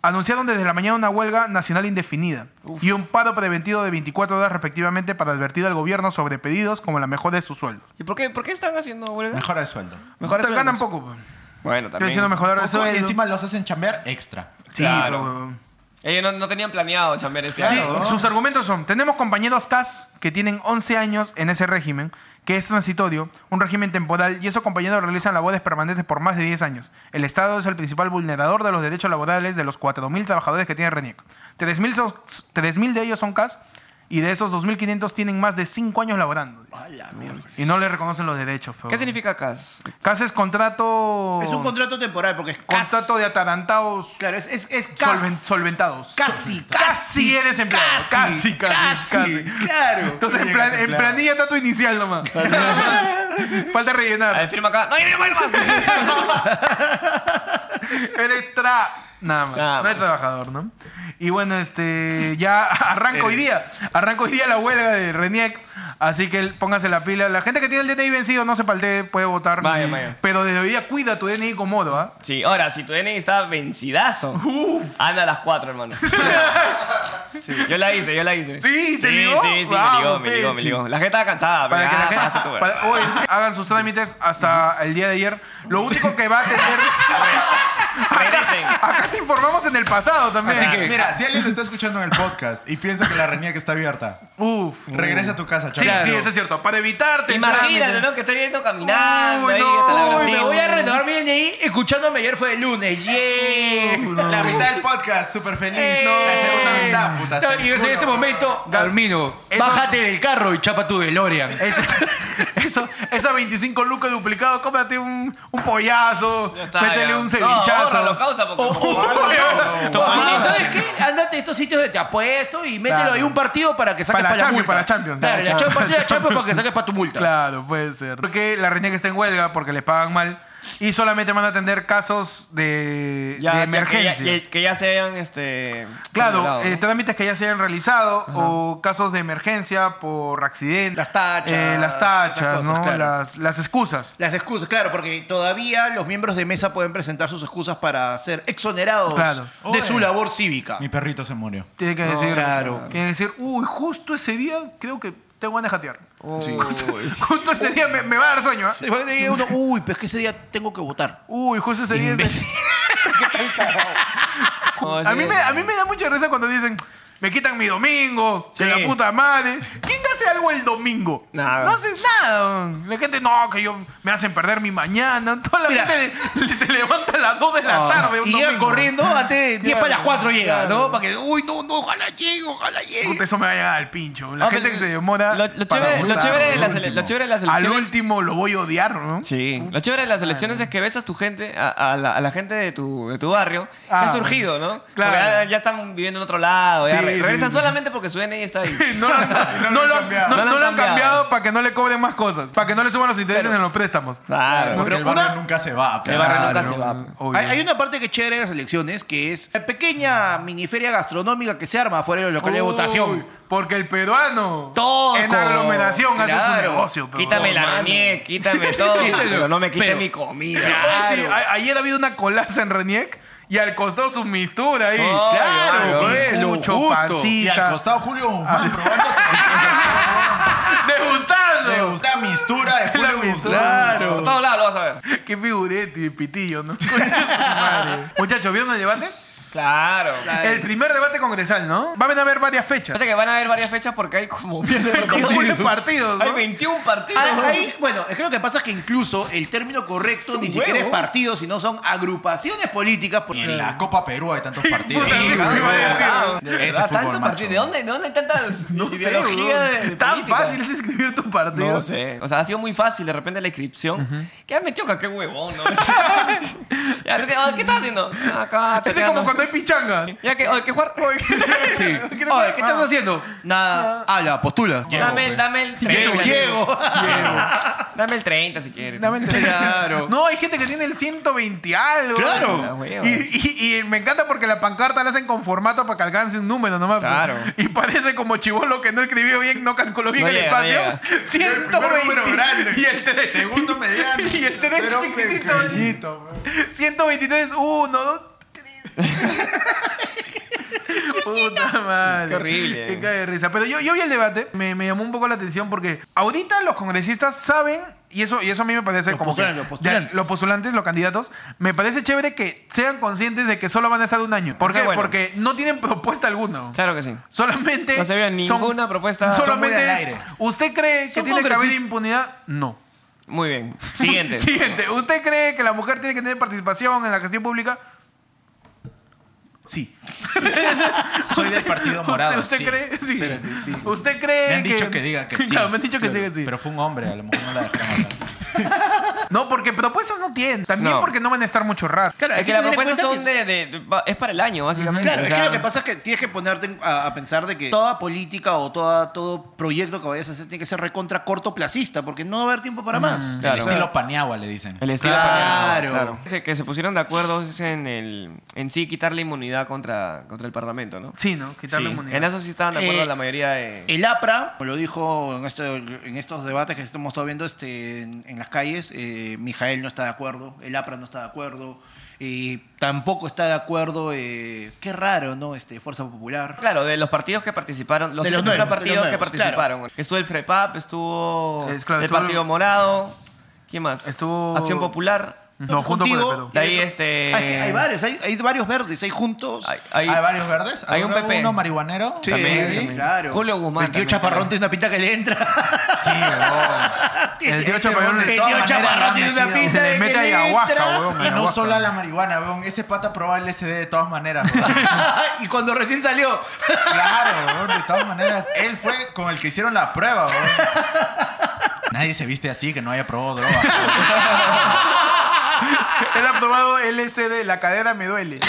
S1: anunciaron desde la mañana una huelga nacional indefinida y un paro preventivo de 24 horas respectivamente para advertir al gobierno sobre pedidos como la mejora de su sueldo.
S2: ¿Y por qué, por qué están haciendo huelga?
S3: Mejora de sueldo.
S2: Mejores
S1: Te ganan
S2: sueldos.
S1: poco. pues.
S2: Bueno,
S1: Estoy
S2: también.
S1: diciendo mejorar de
S3: Ojo, y
S1: sueldo.
S3: encima los hacen chambear extra.
S1: Sí,
S2: Claro.
S1: pero, weón.
S2: Ellos no, no tenían planeado chambear este
S1: Sí,
S2: año.
S1: sus argumentos son, tenemos compañeros CAS que tienen 11 años en ese régimen, que es transitorio, un régimen temporal, y esos compañeros realizan labores permanentes por más de 10 años. El Estado es el principal vulnerador de los derechos laborales de los 4.000 trabajadores que tiene RENIEC. 3.000 son- 3.000 de ellos son CAS y de esos 2.500 tienen más de 5 años laborando. dice. Y no les reconocen los derechos. pero-
S2: ¿Qué significa CAS?
S1: CAS es contrato...
S4: Es un contrato temporal porque es
S1: contrato
S4: casi-
S1: de atarantados
S4: Claro, es, es, es casi-
S1: solven- solventados.
S4: Casi, casi,
S1: Casi eres empleado. Casi, casi, casi.
S4: Claro.
S1: Entonces, en, plan- en planilla está tu inicial nomás. [laughs] Falta
S2: A
S1: rellenar.
S2: ver, firma acá. ¡No hay más!
S1: Eres tra... Nada más.
S2: Nada
S1: no es
S2: más.
S1: trabajador, ¿no? [laughs]
S2: Eh.
S1: Y bueno, este... Ya arranca hoy día. Arranca hoy día la huelga de RENIEC. Así que póngase la pila. La gente que tiene el DNI vencido no se paltee, puede votar.
S2: Vaya, vaya.
S1: Pero desde hoy día cuida tu DNI con modo, ¿ah?
S2: Sí, ahora, si tu DNI está vencidazo, anda a las
S1: [laughs]
S2: 4, hermano. Sí, Yo la hice, yo la hice.
S1: Sí, ¿se
S2: sí,
S1: ligó?
S2: Sí, sí, me
S1: Vamos,
S2: ligó, me ligó, me
S1: Pechi.
S2: ligó. La gente estaba cansada,
S1: Para
S2: pero
S1: que la
S2: Ah, ya,
S1: gente-
S2: pasa tu-
S1: para- oye, hagan sus trámites hasta el día de ayer. Lo único que va a tener. [laughs]
S2: Regresen.
S1: Acá te informamos en el pasado también.
S3: Mira, mira, si alguien lo está escuchando en el podcast y piensa que la reñía que está abierta,
S1: Uf.
S3: regresa a tu casa,
S1: Uh. Sí,
S3: chaval.
S1: sí, eso es cierto. Para evitarte.
S2: Imagínate,
S1: trámites.
S2: ¿no? Que estoy yendo caminando
S1: Uy,
S2: ahí
S1: no,
S2: hasta la
S1: uy,
S2: Brasil.
S4: me voy a renovar mi DNI escuchándome ayer fue el lunes. ¡Yeah!
S1: Uh,
S3: La mitad del podcast, súper feliz.
S4: ¡Eh!
S3: La segunda mitad, puta.
S4: No,
S3: se
S4: y en
S3: culo.
S4: este momento, Galmino,
S1: Eso-
S4: bájate del carro y chapa tu DeLorean.
S1: Eso, [laughs] eso, esa 25 lucas duplicado, cómprate un, un pollazo,
S2: Ya está,
S1: métele
S2: ya.
S1: un
S2: No,
S1: cevichazo. Oh,
S2: ahórralo, causa, porque...
S4: Ah,
S2: Tomatito.
S4: ¿Sabes qué? Ándate a estos sitios de te apuesto y mételo
S1: Claro.
S4: ahí un partido para que saques
S1: Para la
S4: para, la
S1: Champions,
S4: multa.
S1: para la Champions. Para
S4: Claro,
S1: la
S4: la
S1: Champions.
S4: Champions, partido de la Champions para que saques para tu multa.
S1: Claro, puede ser. Porque la reña que está en huelga porque les pagan mal y solamente van a atender casos de,
S2: Ya-
S1: de
S2: ya que, ya,
S1: emergencia.
S2: que- que ya se hayan, este...
S1: Claro,
S2: acumulado,
S1: eh,
S2: ¿no?
S1: trámites que ya se hayan realizado o casos de emergencia por accidente.
S4: Las tachas,
S1: Eh, las
S4: esas
S1: tachas,
S4: cosas,
S1: ¿no?
S4: claro.
S1: Las, las excusas.
S4: Las excusas, claro, porque todavía los miembros de mesa pueden presentar sus excusas para ser exonerados
S1: Claro.
S4: de
S3: Oye.
S4: su labor cívica.
S3: Mi perrito se murió.
S1: Tiene que decir.
S4: claro.
S1: Tiene que decir, uy, justo ese día creo que tengo ganas de jatear.
S2: Uy.
S1: Justo ese día me, me va a dar sueño, ¿ah?
S4: Igual que diga uno, uy, pero es que ese día tengo que votar.
S1: Uy, justo ese día.
S4: Imbécil.
S2: No,
S1: [laughs]
S2: ese-
S1: A mí, me, a mí me da mucha risa cuando dicen, me quitan mi domingo,
S2: Sí.
S1: que la puta madre. ¿Quién hace algo el domingo?
S2: Nada.
S1: No haces nada. weón. La gente, no, que yo me hacen perder mi mañana. Toda la
S4: Mira.
S1: gente le- se levanta a las 2 de la
S4: Ah,
S1: tarde. un
S4: y llega
S1: domingo.
S4: corriendo antes de 10 para las 4 llega,
S1: Claro.
S4: ¿no? Para que, uy, no, no, ojalá llegue, ojalá
S1: Puta,
S4: llegue.
S1: eso me va a llegar al pincho. La
S2: Ah,
S1: gente
S2: pero
S1: que se demora.
S2: Lo, lo
S1: pasa
S2: chévere,
S1: muy
S2: lo
S1: tarde.
S2: chévere de la
S3: al
S2: sele-
S3: último.
S2: lo chévere de las
S1: Al
S2: elecciones...
S1: último lo voy a odiar, ¿no?
S2: Sí, lo chévere de las elecciones es que ves a tu gente, a, a la, a la gente de tu, de tu barrio, que
S1: Ah,
S2: ha surgido, ¿no?
S1: claro.
S2: Porque ya, ya están viviendo en otro lado, ya
S1: Sí,
S2: re-
S1: sí,
S2: regresan
S1: sí.
S2: solamente porque su DNI está ahí.
S1: [laughs] [laughs] No, lo han- no lo han, no-
S2: No
S3: cambiado.
S2: lo han
S1: no lo han
S2: cambiado.
S1: cambiado para que no le cobren más cosas, para que no le suban los intereses en los préstamos.
S2: Claro,
S3: Porque
S2: pero
S3: el barrio
S4: una-
S3: nunca se va.
S2: el barrio nunca
S1: Claro,
S2: se va.
S1: obvio.
S4: Hay, hay una parte que es chévere de las elecciones, que es la pequeña miniferia gastronómica que se arma fuera de los locales de
S1: Uy,
S4: votación.
S1: Porque el peruano
S4: Todo
S1: en aglomeración hace su
S4: claro.
S1: negocio. pero-
S2: Quítame
S1: Mano.
S2: la renier, quítame todo,
S1: [laughs]
S4: Quítalo.
S2: pero no me quite
S4: Pero-
S2: mi comida.
S1: Oye, sí, a- ayer había una colaza en Reniec y al costado su mistura ahí.
S2: Oh,
S4: claro,
S1: Ay,
S4: lo
S1: mucho
S4: justo.
S3: Y al
S1: pancita.
S3: costado Julio Guzmán
S1: Ah.
S3: probándose
S1: [laughs] Degustando. [laughs]
S3: gusta mistura de
S1: La
S3: Julio
S1: mistura.
S3: Guzmán.
S2: Por todos lados lo vas a ver.
S1: Qué figuretti, pitillo, ¿no? [laughs] Concha su madre. Muchachos, ¿vieron el debate?
S2: Claro.
S1: El primer debate congresal, ¿no? Van a haber varias fechas.
S2: Pasa que van a haber varias fechas porque hay como, [laughs]
S1: [laughs]
S2: como
S1: Como ese partido, ¿no?
S2: Hay 21 partidos.
S4: Ah, ahí, bueno, es que lo que pasa es que incluso el término correcto ni siquiera es partido, sino son agrupaciones políticas.
S3: Y
S4: [laughs]
S3: en la Copa Perú hay tantos partidos.
S1: puta, sí,
S3: Sí,
S1: me iba a
S3: sí,
S1: decir.
S2: Ah,
S3: sí.
S2: de verdad,
S3: Ese fútbol
S2: tanto
S3: macho.
S2: partido. ¿De dónde, de dónde hay [laughs] tantas
S1: No sé,
S2: ideología
S1: weón.
S2: de- de
S1: Tan
S2: política?
S1: fácil es escribir tu partido.
S2: No sé. O sea, ha sido muy fácil de repente la inscripción. ¿Qué has metido acá? ¿Qué huevón? ¿no? [laughs] Ya, ¿tú ¿qué, oh, ¿qué estás haciendo? Acá,
S1: Ese es
S2: chequeando.
S1: como cuando hay pichanga.
S2: Ya que, oh, que jugar. [laughs]
S4: Sí. Oye, ¿qué estás haciendo? Nada. Ah, la postula.
S3: Llego,
S2: dame,
S3: pues.
S2: dame el 30.
S4: Llego, llego.
S2: Dame el 30 si quieres.
S1: Dame el teléfono.
S4: [laughs] Claro.
S1: No, hay gente que tiene el 120 algo.
S4: Claro.
S2: La hueva.
S1: Y, y- y me encanta porque la pancarta la hacen con formato para que alcance un número nomás. pues.
S2: Claro.
S1: Y parece como chivolo que no escribió bien, no calculó bien
S2: No
S1: el
S2: llega, no
S1: espacio. [laughs]
S2: llega.
S1: 120.
S3: El primer número grande.
S1: y el 3.
S3: Segundo mediano.
S1: [laughs] Y el 3
S3: Pero
S1: chiquitito.
S3: pequeñito, weón.
S1: 123, 1, 2, 3. Puta madre.
S2: Qué horrible.
S1: Qué cae de risa. Pero yo, yo vi el debate, me, me llamó un poco la atención porque ahorita los congresistas saben, y eso, y eso a mí me parece
S4: Los
S1: como.
S4: postulan-
S1: que-
S4: los postulantes.
S1: Ya, los postulantes, los candidatos, me parece chévere que sean conscientes de que solo van a estar un año. ¿Por
S2: Eso
S1: qué?
S2: es bueno.
S1: Porque no tienen propuesta alguna.
S2: Claro que sí.
S1: Solamente.
S2: No se vio
S1: son-
S2: ninguna propuesta. Son muy
S1: Solamente
S3: al
S1: es,
S3: aire.
S1: ¿Usted cree que
S4: Son
S1: tiene que haber
S4: congresistas.
S1: impunidad? No.
S2: Muy bien. Siguiente.
S1: Siguiente. ¿Usted cree que la mujer tiene que tener participación en la gestión pública? [laughs] Sí.
S3: Soy del partido morado.
S1: ¿Usted,
S3: sí.
S1: cree? Sí.
S3: Espérate, sí, sí.
S1: ¿Usted cree [laughs]
S3: Me han dicho que diga que sí.
S1: Claro, me han dicho que
S3: Claro,
S1: sí, que sí.
S3: Pero fue un hombre, a lo mejor no la dejaron hablar.
S1: No, porque propuestas no tienen. También
S2: No.
S1: porque no van a estar mucho rato.
S4: Claro, hay
S2: Es que
S4: que
S2: las
S4: tener en
S2: propuestas
S4: cuenta
S2: son
S4: que-
S2: de, de- va- Es para el año, básicamente.
S4: Claro,
S2: o
S4: es
S2: sea,
S4: que lo que pasa es que tienes que ponerte en- a, a pensar de que toda política o toda, todo proyecto que vayas a hacer tiene que ser recontra cortoplacista, porque no va a haber tiempo para más.
S2: [laughs] claro.
S4: O
S3: El
S4: sea,
S3: estilo Paniagua le dicen.
S2: El estilo
S4: Claro.
S2: para- Ese que se pusieron de acuerdo es en, el, en sí quitar la inmunidad contra, contra el Parlamento, ¿no?
S1: Sí, ¿no? Quitarle
S2: Sí,
S1: inmunidad.
S2: En eso sí estaban de acuerdo
S4: Eh,
S2: la mayoría de...
S4: El APRA, como lo dijo en, esto- en estos debates que estamos todos viendo este, en, en las calles, eh, Mijael no está de acuerdo, el APRA no está de acuerdo, y tampoco está de acuerdo, eh, qué raro, ¿no? Este, Fuerza Popular.
S2: Claro, de los partidos que participaron, los,
S4: De los
S2: 70
S4: nuevos,
S2: partidos
S4: de
S2: que
S4: los nuevos,
S2: participaron. Estuvo el FREPAP, estuvo
S1: Es, Eh, claro,
S2: el
S1: estuvo-
S2: Partido Morado, ¿quién más?
S1: Estuvo- Mm.
S2: Acción Popular.
S1: No, junto con el
S4: Contigo,
S1: Perú.
S2: De ahí,
S4: y-
S2: este-
S4: Ah, es que hay varios, hay, hay varios verdes, hay juntos.
S2: Hay, hay-
S3: Hay varios verdes.
S2: Hay un
S3: ¿Habrá
S2: PP.
S3: Uno marihuanero.
S4: Sí,
S2: también, también.
S4: claro.
S2: Julio Guzmán.
S4: El tío
S2: también.
S4: Chaparrón tiene una pinta que le entra.
S3: Sí, huevón.
S1: El tío
S4: Ese
S1: Chaparrón
S4: hombre,
S1: de
S4: el
S1: todas
S4: tío
S3: maneras le
S4: Chaparrón
S3: han
S4: tiene una
S3: metido.
S4: pinta
S1: Le
S4: de que
S1: mete
S4: le
S1: ayahuasca,
S4: entra.
S1: huevón.
S3: Y no
S1: Ayahuasca.
S3: solo a la marihuana, weón. Ese pata probaba el SD de todas maneras,
S2: [laughs]
S3: weón.
S4: [laughs] y cuando recién salió,
S3: Claro, weón, de todas maneras. Él fue con el que hicieron la prueba, weón. Nadie se viste así que no haya probado droga.
S1: Él ha probado LSD, la cadera me
S3: [laughs]
S1: duele.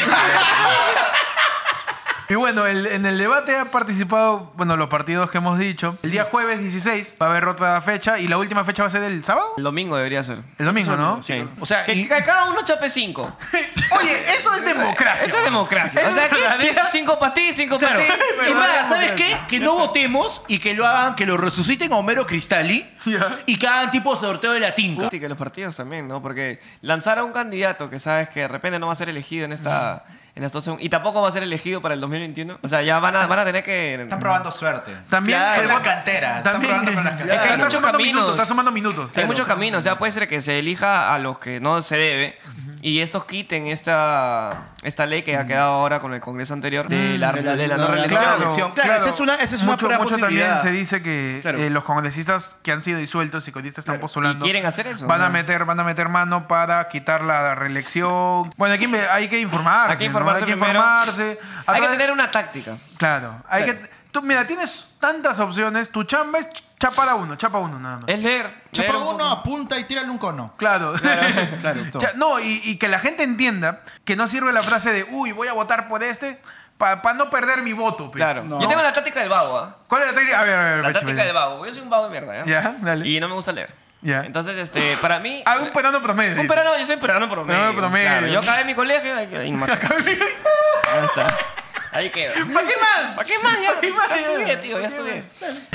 S1: Y bueno, el- en el debate han participado, bueno, los partidos que hemos dicho. El día jueves 16 va a haber otra fecha y la última fecha va a ser el sábado.
S2: El domingo debería ser.
S1: El domingo, ¿no?
S2: Sí.
S4: O sea,
S2: que,
S4: y-
S2: que cada uno chape cinco.
S1: [laughs] Oye, eso es democracia.
S2: Eso es democracia.
S1: Eso
S2: O sea,
S1: es
S2: que
S1: verdadera-
S2: chi- cinco para ti, cinco para
S4: claro.
S2: ti.
S4: Y más, ¿sabes qué? Que no votemos y que lo hagan, que lo resuciten a Homero Cristalli
S1: Ya.
S4: y que hagan tipo sorteo de la tinca.
S2: Y que los partidos también, ¿no? Porque lanzar a un candidato que sabes que de repente no va a ser elegido en esta... En esta opción, y tampoco va a ser elegido para el 2021. O sea, ya van a, van a tener que...
S3: Están probando suerte.
S1: También
S4: Claro,
S1: el
S3: Con la
S1: voto-
S3: cantera. Están
S1: También
S3: probando con las
S1: Es que
S3: canteras.
S1: hay
S2: muchos
S1: muchos
S2: caminos.
S1: minutos, está sumando minutos.
S2: Hay muchos caminos, o sea, puede ser que se elija a los que no se debe y estos quiten esta, esta ley que ha quedado ahora con el Congreso anterior de la,
S4: de la-
S2: de la no
S4: no, de la-
S2: reelección.
S4: claro. elección. Claro, esa es una- esa es una
S1: mucho,
S4: pura
S1: mucho también
S4: posibilidad.
S1: se dice que
S4: Claro.
S1: eh, los congresistas que han sido disueltos y que ahorita están postulando.
S2: Y quieren hacer eso,
S1: Van a
S2: ¿no?
S1: meter, van a meter mano para quitar la reelección. Bueno, aquí me- hay que informarse.
S2: Hay que
S1: ¿no?
S2: informarse
S1: Hay que
S2: primero.
S1: informarse.
S2: Hay que
S1: Acá-
S2: tener una táctica.
S1: Claro. Hay que. Tú, mira, tienes tantas opciones. Tu chamba es ch- chapar a uno, chapa a uno nada más.
S2: Es leer.
S3: Chapa
S2: leer un
S3: uno,
S2: poco.
S3: apunta y tírale un cono.
S1: Claro. [laughs]
S3: Claro, esto.
S1: Ya, no, y, y que la gente entienda que no sirve la frase de, uy, voy a votar por este para no perder mi voto. pe".
S2: Claro.
S3: No.
S2: Yo tengo la táctica del vago, ¿ah?
S1: ¿Cuál es la táctica? A ver, a ver, a ver.
S2: La
S1: Pechi,
S2: táctica
S1: Pechi.
S2: del vago. Yo soy un vago de mierda, ¿ya?
S1: Ya, dale.
S2: Y no me gusta leer.
S1: Ya.
S2: Entonces, este, para mí...
S1: Ah, un peruano promedio.
S2: Un peruano, yo soy peruano promedio.
S1: Peruano promedio.
S2: Claro, yo acabé mi colegio. Ahí, ahí, me-
S1: [laughs]
S2: Ahí está. Ahí quedo.
S1: ¿Para qué más?
S2: ¿Para qué más? Ya,
S1: qué más?
S2: ya estudié, tío, ya estudié.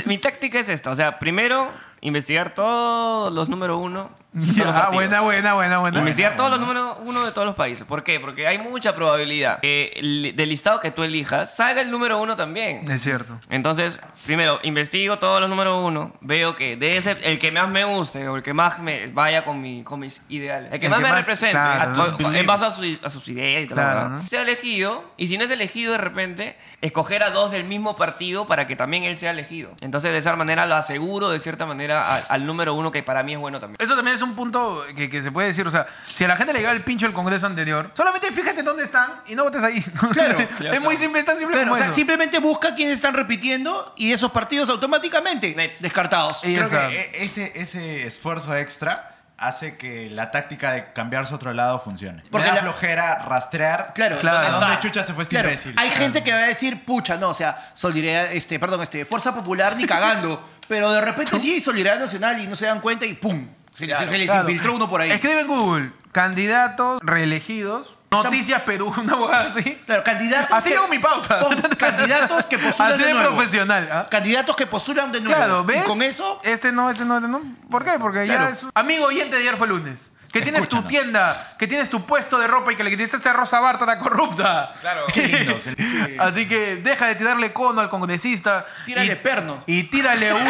S2: Mi táctica es esta, o sea, primero investigar todos los número uno. de
S1: [laughs]
S2: todos
S1: Ya,
S2: los partidos.
S1: Ah, buena, buena, buena, buena.
S2: Investigar todos los número uno de todos los países. ¿Por qué? Porque hay mucha probabilidad que el- del listado que tú elijas salga el número uno también.
S1: Es cierto.
S2: Entonces, primero, investigo todos los números uno. Veo que de ese, el que más me guste o el que más me vaya con, mi, con mis ideales. El que
S1: El
S2: más
S1: que
S2: me
S1: más-
S2: represente.
S1: claro,
S2: a-
S1: tus
S2: con- con- en base a, su- a sus ideas y tal.
S1: Claro,
S2: ¿verdad?
S1: ¿no?
S2: Sea elegido. Y si no es elegido de repente, escoger a dos del mismo partido para que también él sea elegido. Entonces, de esa manera lo aseguro, de cierta manera, a- al número uno que para mí es bueno también.
S1: Eso también es un punto que, que se puede decir. O sea, si a la gente le llega el pincho el Congreso anterior, solamente fíjate dónde están y no votes ahí. [laughs]
S4: Claro.
S1: es muy simple, es tan simple
S4: Claro,
S1: como
S4: o sea,
S1: eso.
S4: simplemente busca quiénes están repitiendo y esos partidos automáticamente
S2: Next.
S4: descartados.
S1: Y ya
S3: Creo
S1: está.
S4: eh,
S3: que e- ese, ese esfuerzo extra hace que la táctica de cambiarse a otro lado funcione.
S4: Porque
S3: Porque Me da
S4: la-
S3: flojera rastrear
S4: Claro,
S1: Claro.
S3: a dónde
S2: está?
S3: chucha se fue este
S4: Claro,
S3: imbécil.
S4: hay gente que va a decir, pucha, no, o sea, solidaridad, este, perdón, este, Fuerza Popular ni cagando, pero de repente sí, Solidaridad Nacional y no se dan cuenta y ¡pum! Se, les- se les
S1: Claro.
S4: infiltró uno por ahí.
S1: Escribe en Google, candidatos reelegidos, Noticias Perú, una hueá así.
S4: Claro, candidatos.
S1: Así
S4: que-
S1: hago mi pauta.
S4: pon candidatos que postulan
S1: Así
S4: de
S1: de
S4: nuevo.
S1: profesional. ¿ah?
S4: Candidatos que postulan de nuevo.
S1: Claro, ¿ves?
S4: Y con eso,
S1: Este no, este no, este no. ¿Por qué? Porque ya
S4: Claro.
S1: es. Amigo oyente de ayer fue lunes. Que tienes tu
S3: Escúchanos.
S1: tienda, que tienes tu puesto de ropa y que le quitaste esa rosa Bártara corrupta. [laughs]
S2: Claro.
S1: Qué lindo, qué lindo. Así que deja de tirarle cono al congresista.
S4: Tírale
S1: y-
S4: pernos.
S1: Y tírale [laughs] un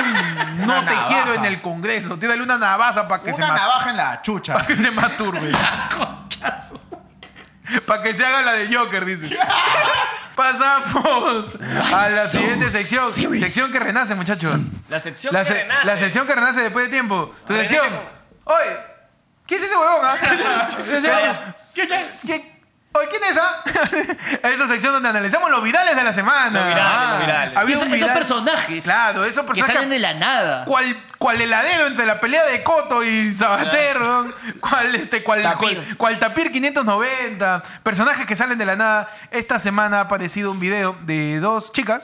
S1: no
S3: Una
S1: te
S3: navaja.
S1: quiero en el congreso. Tírale una navaza para que, se
S3: Una
S1: ma-
S3: navaja en la chucha.
S1: pa' que se
S4: [laughs]
S1: masturbe. Para que se haga la de Joker,
S4: [laughs]
S1: dice. Pasamos a la siguiente sección. Sección que renace, muchachos.
S2: La sección
S1: La,
S2: que
S1: se-
S2: renace.
S1: la sesión que renace después de tiempo. Tu
S2: Renace
S1: sesión.
S2: como- [laughs]
S1: Oye, ¿qué es ese huevón? ah? ¿Qué-
S2: Vaya.
S1: ¿Qué, Hoy, ¿quién es
S2: [laughs]
S1: esa? es la sección donde analizamos los virales de la semana. Ah.
S2: Los virales, los virales.
S1: Había
S4: Esos-
S1: un viral-
S4: esos personajes.
S1: Claro, esos
S4: que
S1: personajes.
S4: salen de la nada.
S1: ¿Cuál, cuál heladero entre la pelea de Coto y Sabater? weón? ¿Cuál, este, cuál,
S2: Tapir.
S1: cuál- cuál Tapir 590? Personajes que salen de la nada. Esta semana ha aparecido un video de dos chicas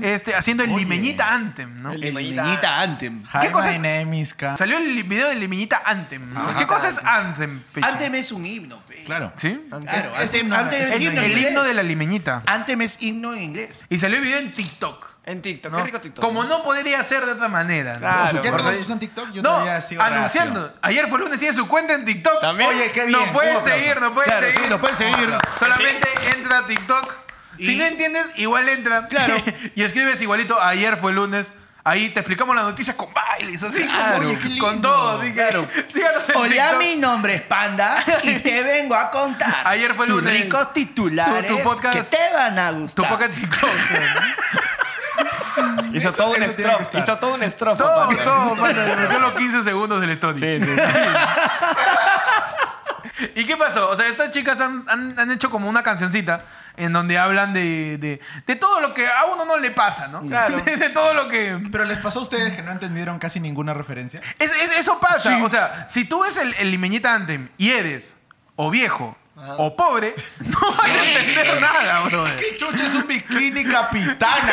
S1: este, haciendo el
S3: Oye.
S1: Limeñita Anthem, ¿no?
S2: El
S4: El niñita Anthem.
S1: ¿Qué
S3: Hi,
S1: cosa
S3: my
S1: es?
S3: name is Ka-
S1: Salió el li- video del Limeñita Anthem. ¿no?
S3: Ajá.
S1: ¿Qué cosa es Anthem, Pechi?
S4: Anthem es un himno. pe.
S3: Claro.
S1: ¿Sí?
S4: Claro,
S3: Es- es
S4: Anthem-
S3: himno-
S4: Anthem
S3: es
S4: es
S1: El,
S4: himno en
S1: el
S4: inglés.
S1: himno de la Limeñita.
S4: Anthem es himno
S1: [laughs]
S4: en inglés.
S1: Y salió el video en TikTok.
S2: En TikTok,
S1: ¿no?
S2: qué rico TikTok.
S1: Como no podría ser de otra manera. ¿no?
S2: Claro.
S3: ¿Por qué
S2: porque-
S3: todos usan TikTok? Yo
S1: no,
S3: todavía sigo
S1: anunciando.
S3: reacio.
S1: Ayer fue lunes, tiene su cuenta en TikTok.
S2: También.
S3: Oye, qué bien.
S1: Nos pueden
S3: Un aplauso.
S1: seguir, nos pueden
S4: Claro,
S1: seguir.
S4: sí, nos pueden seguir.
S1: Solamente entra a TikTok. Si
S4: Y-
S1: no entiendes, igual entra.
S4: Claro.
S1: [laughs] y escribes igualito, ayer fue lunes. Ahí te explicamos las noticias con bailes, así.
S4: Claro.
S1: con- Con todo, así que
S4: Claro.
S1: síganos en
S4: Hola,
S1: TikTok.
S4: mi nombre es Panda y te vengo a contar.
S1: Ayer fue
S4: tus
S1: lunes.
S4: ricos titulares
S1: Tu- tu podcast-
S4: que te van a gustar.
S1: Tu poca TikTok.
S2: [laughs] Hizo todo un
S3: eso tiene que
S2: strofe.
S3: estar.
S2: Hizo todo un strofe.
S1: todo,
S2: papá.
S1: todo, pata. Me metió los 15 segundos del story.
S2: Sí, sí.
S1: [laughs] ¿Y qué pasó? O sea, estas chicas han, han- han hecho como una cancioncita en donde hablan de, de, de todo lo que a uno no le pasa, ¿no?
S2: Claro.
S1: [laughs] De, de todo lo que...
S3: Pero les pasó a ustedes que no entendieron casi ninguna referencia.
S1: Es- es- eso pasa.
S4: Sí.
S1: O sea, si tú ves el, el Limeñita Anthem y eres o viejo o pobre, [laughs] no vas a entender nada, brother.
S3: ¿Qué chucha es un bikini capitana,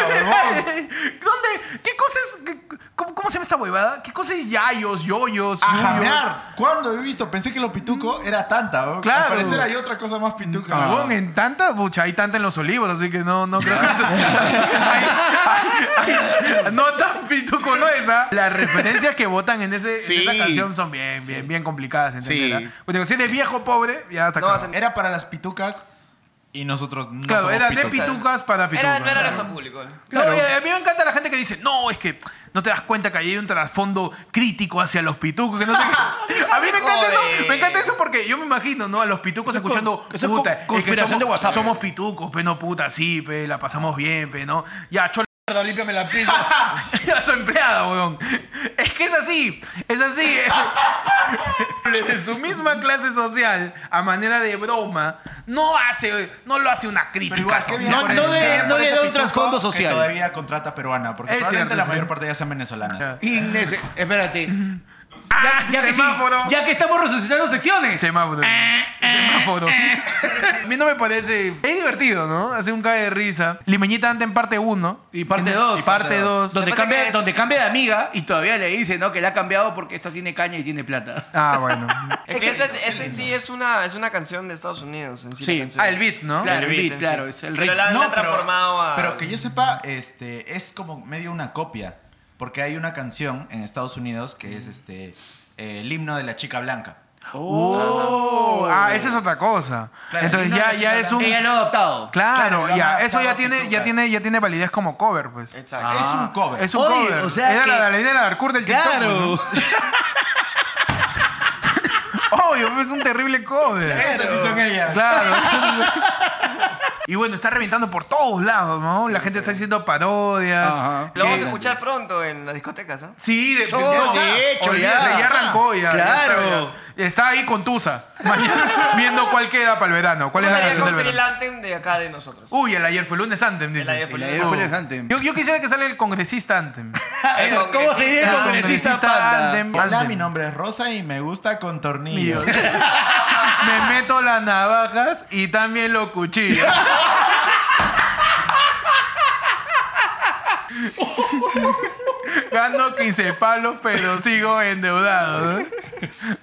S1: [laughs]
S3: huevón?
S1: ¿Dónde? ¿Qué cosas? qué- ¿Cómo, cómo se llama esta huevada? ¿Qué cosas yayos, yoyos,
S3: A
S1: yuyos?
S3: jamear. ¿Cuándo he visto? Pensé que lo pituco era tanta, ¿no?
S1: Claro.
S3: Al parecer hay otra cosa más pituca.
S1: Huevón,
S4: Ah.
S3: ¿no?
S1: en tanta, pucha, hay tanta en los olivos, así que no, no
S4: [laughs]
S1: creo que. Ay, ay, ay, no tan pituco no esa. Las referencias que votan en, ese, en
S4: Sí.
S1: esa canción son bien, bien, bien complicadas,
S4: Sí.
S1: ¿entendés? Pues digo, si eres viejo pobre, ya está
S2: No
S1: acabado.
S2: vas a entender.
S3: Era para las pitucas y nosotros no
S1: Claro,
S3: somos
S1: era de
S3: pitucas.
S1: pitucas para pitucas.
S2: Era, no era
S1: Claro.
S2: eso público.
S1: No, y a mí me encanta la gente que dice, no, es que no te das cuenta que ahí hay un trasfondo crítico hacia los pitucos, que no sé
S4: [laughs]
S1: qué". A mí me encanta eso,
S2: Joder.
S1: me encanta eso porque yo me imagino, ¿no? A los pitucos escuchando,
S4: eso es
S1: puta, es
S4: con-
S1: que
S4: conspiración
S1: somos,
S4: de WhatsApp".
S1: Somos pitucos, pe, no puta, sí, pe, la pasamos bien, pe, ¿no? Ya, chola, mierda, límpiame la pinta.
S4: [laughs]
S1: [laughs] ya soy empleada, weón. Es que es así, es así. es- [laughs] Desde su misma clase social, a manera de broma, no hace, no lo hace una crítica
S3: Pero igual, qué
S1: social.
S3: bien
S4: No-
S3: por
S4: no
S3: eso,
S4: de-
S3: qué bien
S4: no
S3: por
S4: le
S3: ese
S4: da un
S3: pituco
S4: trasfondo
S3: que
S4: social.
S3: todavía contrata peruana, porque
S1: Es
S3: probablemente
S1: cierto,
S3: la
S1: sí.
S3: mayor parte ya sea venezolana.
S4: Innece- Espérate.
S1: Ah,
S4: Ya que, sí,
S1: semáforo.
S4: ya que estamos resucitando secciones.
S1: Semáforo. Semáforo. [laughs] A mí no me parece. Es divertido, ¿no? Hace un cae de risa. Limeñita ante en parte 1.
S4: Y parte 2.
S1: Parte 2.
S4: Donde
S2: Lo que pasa
S4: cambia,
S2: que es-
S4: donde cambia de amiga y todavía le dice, ¿no? Que la ha cambiado porque esta tiene caña y tiene plata.
S1: Ah,
S4: [laughs]
S1: bueno.
S2: Es que esa, es- esa en sí es una, es una canción de Estados Unidos. En sí, la
S4: Sí.
S2: canción.
S1: Ah, el beat, ¿no?
S4: Claro,
S2: El
S4: el
S2: beat,
S4: beat,
S2: sí.
S4: claro, es el
S2: Pero
S4: ritmo.
S2: la- han
S3: pero-
S2: transformado a-
S3: Pero que yo sepa, este, es como medio una copia. Porque hay una canción en Estados Unidos que es este, eh, el himno de la chica blanca.
S1: Oh, ah, esa es otra cosa.
S3: Claro,
S1: Entonces
S3: no,
S1: ya,
S3: no,
S1: ya
S3: no,
S1: es
S3: no.
S1: un.
S4: Ella lo ha adoptado.
S1: Claro,
S3: Claro, lo
S1: ya.
S3: han
S1: Eso ya
S3: adaptado
S1: tiene, ya
S3: pitucas.
S1: tiene, ya tiene validez como cover, pues.
S2: Exacto.
S4: Ah,
S3: Es un cover.
S1: Es un
S4: Eh, Oye,
S1: cover.
S4: o sea
S1: Era
S4: que-
S1: la Dalina Darcourt del TikTok.
S4: Claro.
S1: pues, ¿no? Obvio, pues, es un terrible cover.
S3: Esas sí son ellas.
S1: Claro. y bueno, está reventando por todos lados, ¿no? La gente está haciendo parodias.
S4: Ajá.
S2: Lo vamos a escuchar pronto en las discotecas, ¿ah?
S1: Sí, de,
S4: Yo,
S1: no,
S4: de hecho,
S1: olvídate,
S4: ya.
S1: ya arrancó ya.
S4: Claro.
S1: ya está, ya. Está ahí con Tusa. Mañana [laughs] viendo cuál queda para el verano. ¿Cuál es la
S2: ¿Cómo sería,
S1: canción del
S2: cómo sería el
S1: verano?
S2: anthem de acá de
S1: [laughs]
S2: nosotros?
S1: Uy, el ayer fue lunes Anthem, dice.
S2: El ayer fue
S4: El
S2: lunes.
S4: ayer fue lunes Anthem.
S1: Yo, yo quisiera que salga el congresista Anthem.
S2: El
S4: ¿Cómo se
S2: congresista.
S4: dice el congresista
S1: Congresista Andem.
S4: Panda?
S3: Hola,
S1: Antes.
S3: mi nombre es Rosa y me gusta con
S1: Mío.
S3: tornillos.
S1: [laughs] Me meto las navajas y también los cuchillos. Gano 15 palos, pero sigo endeudado. ¿no?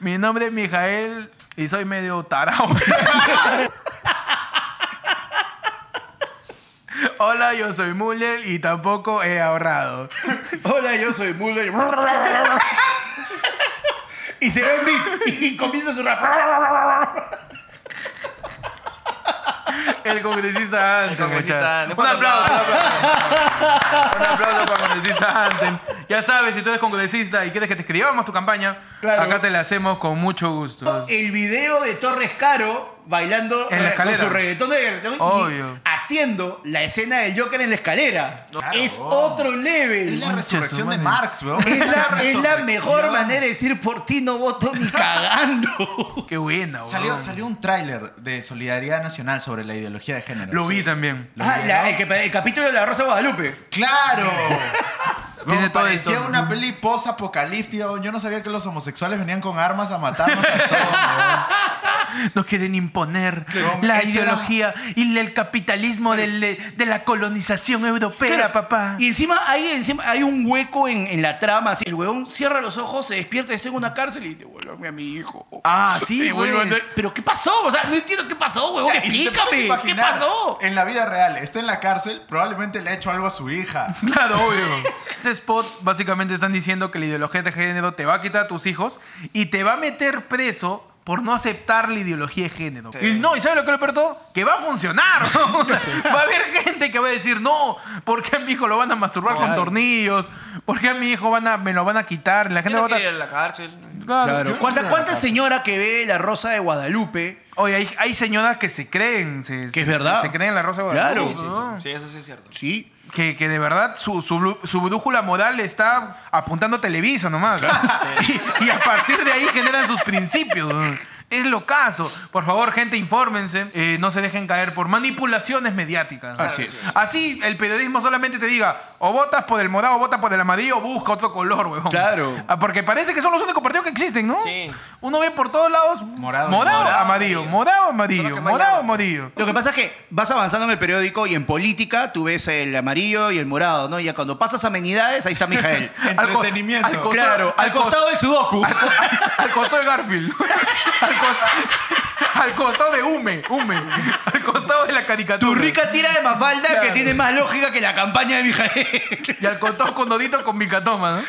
S1: Mi nombre es Mijael y soy medio tarao. [laughs] Hola, yo soy Muller y tampoco he ahorrado.
S4: Hola, yo soy Mulder. Y se ve el beat y comienza su rap.
S1: El congresista Anthem.
S2: congresista
S1: muchachos.
S2: Anthem.
S1: Un aplauso. Un aplauso para el congresista Anthem. Ya sabes, si tú eres congresista y quieres que te escribamos tu campaña,
S4: Claro.
S1: acá te la hacemos con mucho gusto.
S4: El video de Torres Caro bailando
S1: En la
S4: re- con
S1: escalera.
S4: su reggaetón de reggaetón y
S1: Obvio.
S4: haciendo la escena del Joker en la escalera.
S3: Claro.
S4: es otro level.
S3: Es la
S1: Concha su
S3: resurrección de
S1: madre.
S3: Marx, weón.
S4: Es la, es la
S3: resurrección.
S4: mejor manera de decir por ti no voto ni cagando.
S1: Qué buena, weón.
S3: Salió, salió un tráiler de Solidaridad Nacional sobre la ideología de género.
S1: Lo vi también.
S3: Lo
S4: Ah,
S3: vi,
S4: la-
S3: ¿no?
S4: el, que- el capítulo de la Rosa de Guadalupe.
S3: ¡Claro!
S1: Tiene
S3: Tiene
S1: todo
S3: parecía
S1: esto.
S3: una peli post-apocalíptica. weón. Yo no sabía que los homosexuales venían con armas a matarnos a todos.
S1: Nos quieren imponer
S3: Claro,
S1: la
S3: eso era-
S1: ideología y el capitalismo del- de, de la colonización europea,
S4: Claro.
S1: papá.
S4: Y encima hay, encima hay un hueco en, en la trama. así, El huevón cierra los ojos, se despierta y está en una cárcel y devuélvame a mi hijo.
S1: Ah, sí,
S4: Y vuelve a
S1: pues.
S4: entrar. Pero ¿qué pasó? O sea, no entiendo qué pasó, huevón.
S3: Ya, y si te puedes
S4: Explícame. ¿Qué
S3: imaginar,
S4: pasó?
S3: En la vida real, está en la cárcel, probablemente le ha hecho algo a su hija.
S1: Claro, obvio. Este spot básicamente están diciendo que la ideología de género te va a quitar a tus hijos y te va a meter preso por no aceptar la ideología de género. Y no, ¿y sabes lo que lo peor de todo? Que va a
S4: [laughs]
S1: funcionar. ¿no? [laughs] va a haber gente que va a decir, no, ¿por qué a mi hijo lo van a masturbar con tornillos? ¿Por qué a mi hijo van a, me lo van a quitar? La gente
S2: Yo
S1: va
S2: no
S1: a
S2: quiero
S1: votar.
S2: ir a la cárcel.
S1: Claro.
S4: Claro. ¿Cuánta, cuánta señora que ve la Rosa de Guadalupe?
S1: Oye, hay, hay señoras que se creen. Se,
S4: Que es
S1: se-
S4: verdad.
S1: Se, creen en la rosa de
S4: Claro.
S1: Guadalupe,
S2: Sí, sí,
S1: ¿no?
S2: sí. Sí, eso sí es cierto.
S4: Sí.
S1: Que, que de verdad su, su, blu- su brújula moral está apuntando a Televisa nomás. [laughs] y, y a partir de ahí generan sus principios. Es lo caso. Por favor, gente, infórmense. Eh, no se dejen caer por manipulaciones mediáticas.
S4: Así es.
S1: Así el periodismo solamente te diga o votas por el morado, o votas por el amarillo, o busca otro color, huevón.
S4: Claro.
S1: Ah, Porque parece que son los únicos partidos que existen, ¿no?
S2: Sí.
S1: Uno ve por todos lados morado
S3: Morado,
S1: amarillo,
S3: morado,
S2: amarillo.
S1: morado,
S2: Solo
S1: amarillo,
S2: que
S1: morado,
S2: mañana.
S1: amarillo.
S4: Lo que pasa es que vas avanzando en el periódico y en política tú ves el amarillo y el morado, ¿no? Y ya cuando pasas amenidades, ahí está [laughs] Mijael.
S1: Al co-
S3: Entretenimiento.
S1: al co-
S4: claro, al costado del sudoku.
S1: Al costado de Garfield. Al, cos- al costado de Hume. Hume. Al costado de la caricatura.
S4: Tu rica tira de mafalda que
S1: Claro.
S4: tiene más lógica que la campaña de Mijael.
S1: Y al costado con Dodito con Micatoma, ¿no?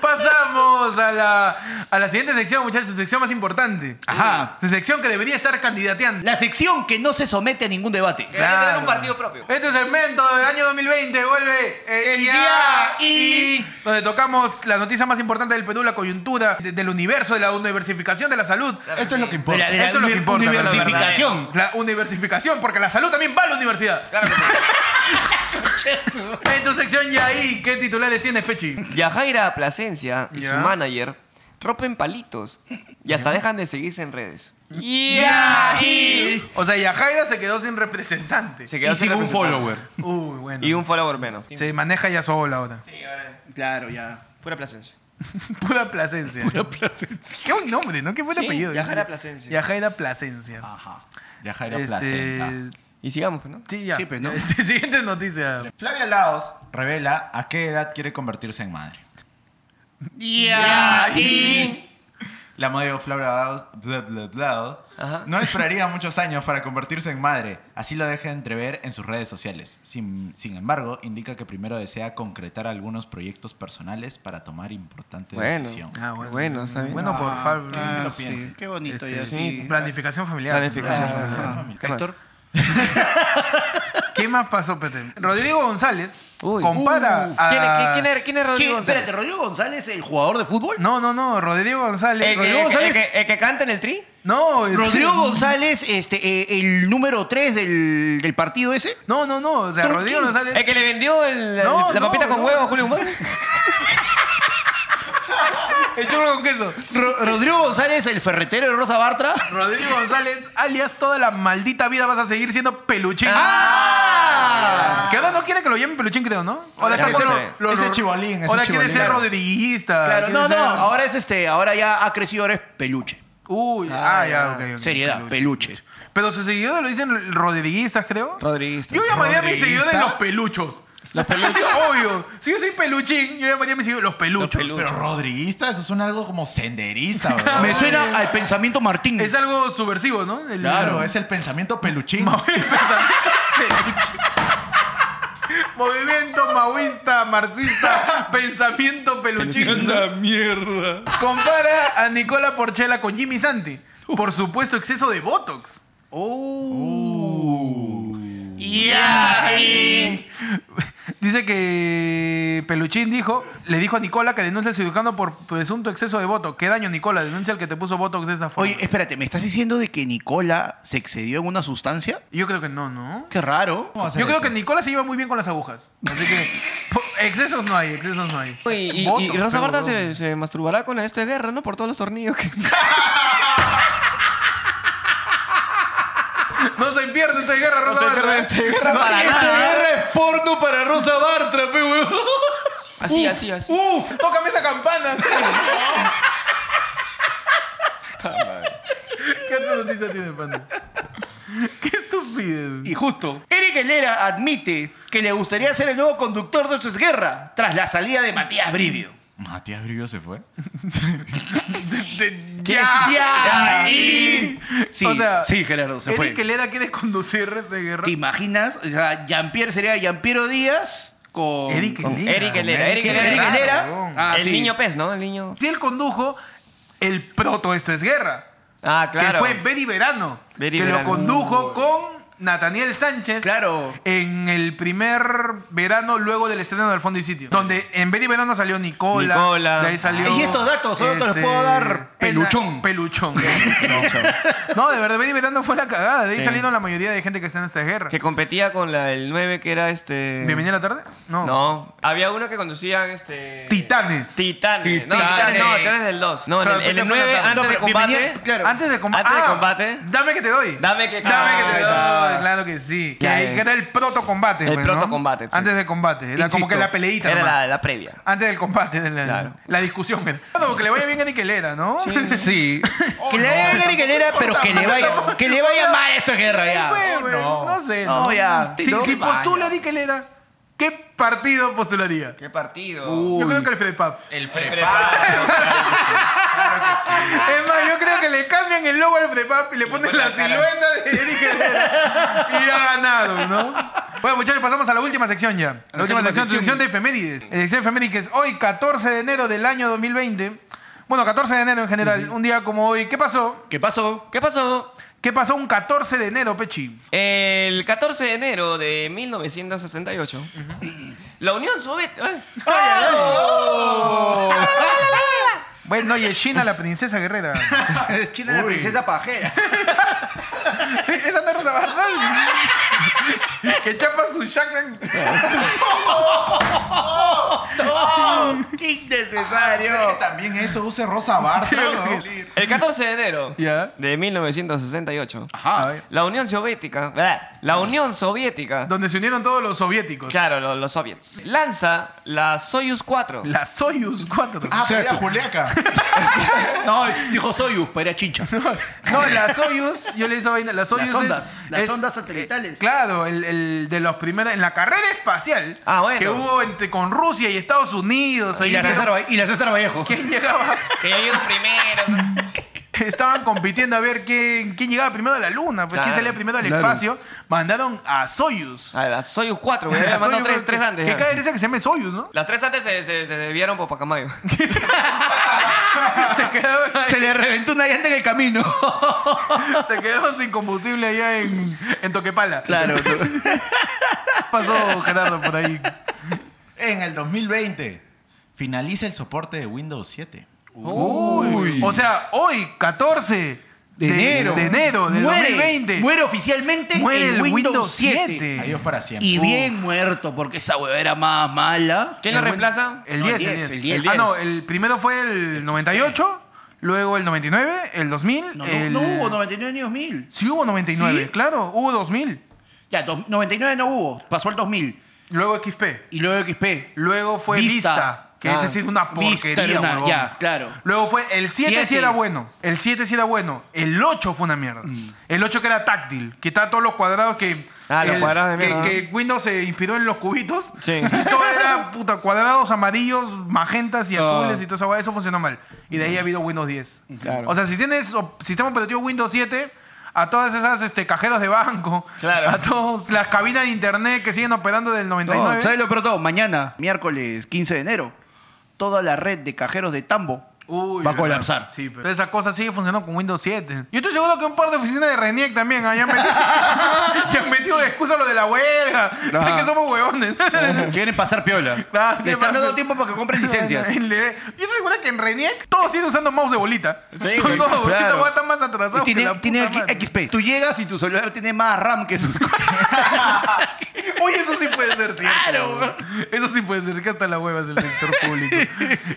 S1: Pasamos a la, a la siguiente sección, muchachos. Su sección más importante.
S4: Ajá.
S1: Su sección que debería estar candidateando.
S4: La sección que no se somete a ningún debate.
S2: Que debería tener
S1: Claro.
S2: un partido propio.
S1: Este segmento del año 2020 vuelve
S4: El día y-
S1: Donde tocamos la noticia más importante del Perú, la coyuntura de- del universo, de la diversificación de la salud.
S3: Esto es lo que
S4: De
S3: importa.
S4: la, de la
S1: Eso es lo que importa,
S4: diversificación.
S1: La universificación, porque la salud también va a la universidad.
S2: Claro que sí.
S1: [laughs] En tu sección ya ahí, ¿qué titulares tienes, Fechi?
S2: Yajaira Plasencia y su
S1: Ya.
S2: manager rompen palitos y hasta dejan de seguirse en redes.
S4: y-
S1: O sea, Yajaira se quedó sin representante.
S2: Se quedó
S4: Y
S2: sin
S4: sin un
S2: representante.
S4: follower.
S1: Uy, bueno.
S2: Y un follower menos. Sí,
S1: Se maneja ya sola ahora.
S2: ahora
S4: Claro, ya.
S2: Pura Plasencia.
S1: [laughs] Pura Plasencia. Qué buen nombre, ¿no? Qué buen
S2: Sí,
S1: apellido.
S2: Yajaira Plasencia. Ah,
S1: Yajaira Plasencia.
S3: Ajá. Ya Jairo
S1: Este,
S3: Placenta.
S2: Y sigamos, pues, ¿no?
S1: Sí, ya.
S4: Sí, pues, ¿no?
S1: Este, [laughs] siguiente noticia.
S3: Flavia Laos revela a qué edad quiere convertirse en madre.
S4: Ya. y-
S3: La modelo Flavia Laos bla, bla, bla,
S2: Ajá.
S3: no esperaría muchos años para convertirse en madre. Así lo deja entrever en sus redes sociales. Sin, sin embargo, indica que primero desea concretar algunos proyectos personales para tomar importante
S2: Bueno.
S3: decisión.
S1: Ah,
S2: Qué bueno, está bien.
S1: Bueno, por
S3: Ah,
S1: favor.
S3: ah,
S4: Ah,
S3: sí.
S4: sí. Qué bonito ya,
S1: Este,
S4: sí.
S1: Planificación familiar.
S2: Planificación
S1: Ah,
S2: familiar.
S1: ah.
S2: ¿Qué más?
S1: Héctor. ¿Qué más pasó, Pete? Rodrigo González
S2: Uy.
S1: compara
S2: Uh,
S1: a...
S2: ¿Quién, quién- quién era- quién es Rodrigo
S4: ¿Qué?
S2: González?
S4: Espérate, ¿Rodrigo González, el jugador de fútbol?
S1: No, no, no. Rodrigo González...
S2: ¿El que-
S1: Rodrigo
S2: el que-
S1: González...
S2: el que- el que canta en el tri?
S1: No, este- es-
S4: Rodrigo González, este, eh, el número 3 del, del partido ese.
S1: No, no, no. O sea,
S4: ¿Tú
S1: Rodrigo
S4: quién?
S1: González...
S2: ¿El que le vendió el-
S1: No,
S2: la
S1: no,
S2: papita con
S1: no.
S2: huevo a Julio Humán?
S1: El churro con queso.
S4: Ro- Rodrigo González, el ferretero de Rosa Bartra.
S1: Rodrigo González, alias toda la maldita vida vas a seguir siendo peluchín.
S4: Ah.
S1: Que ahora no quiere que lo llamen peluchín, creo, ¿no? Ahora
S2: Ya
S1: quiere
S2: no
S1: ser...
S2: sé.
S1: lo-
S3: Ese
S1: lo-
S3: chibolín, ese
S1: Ahora quiere
S3: chibolín.
S1: ser
S3: Claro.
S1: rodriguista. quiere
S4: no, no,
S1: ser-
S4: ahora es este, ahora ya ha crecido, ahora es peluche.
S1: Uy,
S2: Ah,
S1: ah,
S2: ya.
S1: ya, ok. ok.
S4: Seriedad, peluche.
S1: Pero sus seguidores lo dicen rodriguistas, creo.
S2: Rodriguistas.
S1: Yo llamaría a mis
S3: Rodriguista.
S1: seguidores los peluchos. ¿Los peluchos? [laughs] Obvio. Si yo soy peluchín, yo llamaría a mis seguidores los peluchos.
S2: peluchos.
S3: Pero rodriguista, eso suena algo
S2: [laughs]
S3: como senderista, ¿verdad?
S4: Me suena al pensamiento Martín.
S1: Es algo subversivo, ¿no? El-
S3: Claro, es el pensamiento peluchín.
S1: el pensamiento peluche. [laughs] Movimiento maoísta, [laughs] marxista, pensamiento
S2: [laughs]
S1: peluchín.
S4: mierda.
S1: Compara a Nicola Porchela con Jimmy Santi. Por supuesto, exceso de Botox.
S4: Oh. Ya. y-
S1: Dice que Peluchín dijo, le dijo a Nicola que denuncie al cirujano por presunto exceso de voto. ¿Qué daño, Nicola? Denuncia al que te puso Botox de esta forma.
S4: Oye, espérate, ¿me estás diciendo de que Nicola se excedió en una sustancia?
S1: Yo creo que no, ¿no?
S4: Qué raro.
S3: ¿Cómo va a ser
S1: Yo creo
S3: eso?
S1: que Nicola se lleva muy bien con las agujas. Así que [laughs] po- excesos no hay, excesos no hay.
S2: Y, y- y
S1: Botox,
S2: Rosa
S1: pero,
S2: Marta
S1: bro.
S2: se, se masturbará con esto de guerra, ¿no? Por todos los
S1: [laughs]
S2: tornillos que...
S1: No se pierde esta guerra, Rosa
S2: se
S1: Marta.
S2: pierde esta guerra para
S1: Ay, esta
S2: nada.
S1: guerra.
S4: es porno para Rosa Bartra, pe, weón.
S2: Así, así, así.
S1: Uf, tócame esa campana. ¿Qué otra noticia tiene, Panda? [laughs] Qué estúpido.
S4: Y justo, Eric Helera admite que le gustaría ser el nuevo conductor de Esto es Guerra tras la salida de Matías Brivio.
S3: Matías Brillo se fue.
S4: ¡Ya!
S1: ya.
S4: ahí. Sí,
S1: O sea,
S4: sí, Gerardo, se fue.
S1: Eric Helera quiere conducir esta guerra.
S4: ¿Te imaginas? O sea, Jean-Pierre sería Jean-Piero Díaz con...
S1: Eric
S4: con-
S1: Helera.
S2: Eric Helera, Eric
S4: Eric
S2: Helera.
S4: Helera.
S1: Claro.
S4: Ah,
S2: el
S4: sí.
S2: niño pez, ¿no? El niño...
S1: Si él condujo el proto Esto es Guerra.
S2: Ah,
S1: Que
S2: claro.
S1: fue Betty Verano.
S2: Betty
S1: que
S2: Verano.
S1: lo condujo con Nathaniel Sánchez.
S4: Claro.
S1: En el primer verano luego del estreno del Fondo y Sitio. Donde en Betty Verano salió Nicola.
S2: Nicola.
S1: De ahí salió...
S4: Y estos datos solo te los puedo dar peluchón.
S1: Ena-
S4: [laughs]
S1: peluchón. no, de verdad, Betty Verano fue la cagada. De ahí salieron la mayoría de gente que está en esta guerra.
S2: Que competía con la del 9 que era este...
S1: ¿Bienvenida a la tarde? No.
S2: No, había uno que conducía este...
S1: Titanes.
S2: Titanes. No,
S4: Titanes.
S2: Titanes. No, Titanes del 2. No, en
S1: Claro,
S2: el- en
S1: ese
S2: el
S1: fue
S2: 9
S1: Titanes.
S2: antes
S4: No,
S2: de
S4: pero
S2: combate.
S4: bienvenida- claro.
S1: Antes de combate. Ah,
S2: Antes de combate.
S1: Dame que te doy.
S2: Dame que te
S1: Dame que
S2: doy.
S1: te doy.
S4: Ah.
S1: Claro que sí. Que
S2: Ya,
S1: ahí-
S2: eh.
S1: que era el protocombate.
S2: El
S1: pues, ¿no?
S2: protocombate, exacto.
S1: Antes del combate. Era como
S4: Insisto,
S1: que la peleita.
S2: Era
S1: nomás.
S2: la, la previa.
S1: Antes del combate. de la,
S2: Claro.
S1: la discusión. Era. Bueno, porque le vaya bien a Niquelera, ¿no? [laughs]
S2: Sí.
S4: Sí. que le vaya a Eric Helera, Oh, pero que le vaya, que le vaya mal a Esto es Guerra
S1: Ay, güey,
S4: ya.
S1: güey,
S3: no.
S1: no sé.
S4: No, ya.
S1: Si,
S4: No,
S1: si
S4: vaya.
S1: postula a Niquelera, ¿qué partido postularía?
S2: ¿Qué partido?
S1: Yo creo que el FEDEPAP.
S2: el preparo.
S1: Es más, yo creo que le cambian el logo al FEDEPAP y le ponen la,
S2: la cara.
S1: silueta de [laughs] Eric Herrera. y ha ganado, ¿no? Bueno, muchachos, pasamos a la última sección ya. La última sección, sección de efemérides. La sección de efemérides, hoy 14 de enero del año 2020. Bueno, 14 de enero en general, un día como hoy. ¿Qué pasó?
S4: ¿Qué pasó?
S2: ¿Qué pasó?
S1: ¿Qué pasó un 14 de enero, Pechi?
S2: El 14 de enero de 1968, la Unión Soviética. ay,
S1: Bueno, y China la princesa guerrera. [laughs]
S4: Es China la princesa pajera.
S1: Esa no es Rosa Bardal. que chapa su chakra.
S4: ¡Qué innecesario!
S3: También eso use Rosa Bartra. ¿no?
S2: El 14 de enero
S1: Ya.
S2: de 1968,
S1: Ajá.
S2: la Unión Soviética. ¿verdad? La Unión Soviética.
S1: Donde se unieron todos los soviéticos.
S2: Claro, lo- los, soviets. Lanza la Soyuz 4.
S1: La Soyuz 4.
S3: Ah, pero era Juliaca.
S4: No, dijo Soyuz, pero era chincha.
S1: No, la Soyuz, yo le hice vaina. La Soyuz
S4: Las
S1: es-
S4: ondas, las
S1: es- eh,
S4: ondas satelitales.
S1: Claro, el, el de los primeros. En la carrera espacial.
S2: Ah, bueno.
S1: Que hubo entre, con Rusia y Estados Unidos.
S4: Y
S1: ahí
S4: la
S1: que-
S4: César, Valle- y la César Vallejo.
S1: ¿Quién llegaba? [laughs]
S2: Que yo llego primero.
S1: Estaban compitiendo a ver quién, quién llegaba primero a la luna, pues, quién
S2: Claro.
S1: salía primero al espacio. Mandaron a Soyuz.
S2: A la Soyuz
S1: [laughs]
S2: 4, güey.
S1: La
S2: Le mandó
S1: Soyuz,
S2: tres, tres antes.
S1: Que
S2: ya.
S1: cae ese que se llama Soyuz, ¿no?
S2: Las tres antes se, se, se desviaron
S1: [laughs]
S2: por Pacamayo.
S1: se, quedaron,
S4: Se le reventó una llanta en el camino.
S1: se quedaron sin combustible allá en, en Toquepala.
S4: Claro. [laughs]
S1: ¿Qué pasó, Gerardo, por ahí?
S3: En el 2020 finaliza el soporte de Windows 7.
S1: Uy. O sea, hoy, 14 de, de enero del
S4: muere,
S1: 2020.
S4: Muere oficialmente
S1: Muere
S4: el Windows, 7.
S3: Adiós para siempre.
S4: Y bien muerto, porque esa hueva era más mala.
S2: ¿Quién la
S1: El buen-
S2: reemplaza?
S1: El
S4: No,
S1: 10,
S4: el
S1: el Este, 10.
S4: 10, el 10.
S1: Ah, no, el primero fue el 98, luego el 99, el 2000.
S4: No, no-
S1: el-
S4: no hubo 99 ni 2000.
S1: Sí hubo 99,
S4: ¿Sí?
S1: claro, hubo 2000.
S4: Ya, dos- 99 no hubo. Pasó el 2000.
S1: Luego XP.
S4: Y luego XP.
S1: Luego fue Vista,
S4: Vista.
S1: que
S2: Ah.
S1: ese sí es una
S4: Vista
S1: porquería,
S4: era una-
S1: huevón.
S4: Ya, claro.
S1: Luego fue el 7 sí
S4: Siete.
S1: era bueno. El 7 sí era bueno. El 8 fue una mierda.
S4: Mm.
S1: El 8 que era táctil. Quitaba todos los cuadrados que.
S2: Ah, los
S1: el-
S2: cuadrados de
S1: que-
S2: mierda,
S1: que Windows se inspiró en los cubitos.
S2: Sí.
S1: Y todo era puta, cuadrados amarillos, magentas
S4: Ah.
S1: y azules y todo eso. Eso funcionó mal. Y
S4: Mm.
S1: de ahí ha habido Windows 10.
S2: Claro.
S1: O sea, si tienes op- sistema operativo Windows 7. A todas esas este, cajeras de banco,
S2: Claro.
S1: a todas las cabinas de internet que siguen operando del
S4: No,
S1: 99. [laughs]
S2: Oh,
S4: ¿Sabes lo peor de todo? Mañana, miércoles 15 de enero, toda la red de cajeros de Tambo
S1: Uy,
S4: Va a
S1: verdad.
S4: colapsar.
S1: Sí, pero esa cosa sigue funcionando con Windows 7. Yo estoy seguro que un par de oficinas de RENIEC también hayan metido, [laughs] hayan metido de excusa lo de la huelga. Es que somos huevones.
S4: Quieren pasar
S1: [laughs]
S4: piola.
S1: Claro, Ah,
S4: Le
S1: ¿qué
S4: están
S1: pasa?
S4: dando tiempo para que
S1: [laughs]
S4: compren licencias.
S1: Le- Yo estoy seguro que en RENIEC todos siguen usando mouse de bolita.
S2: Sí,
S1: Todos,
S4: claro.
S1: Esa hueá está más
S4: Y
S1: atrasada.
S4: tiene, tiene XP. Tú llegas y tu celular tiene más RAM que su. [laughs]
S1: Oye, eso sí puede ser cierto.
S4: Claro.
S1: weón. Eso sí puede ser, que hasta la hueva es el sector
S2: [laughs]
S1: público.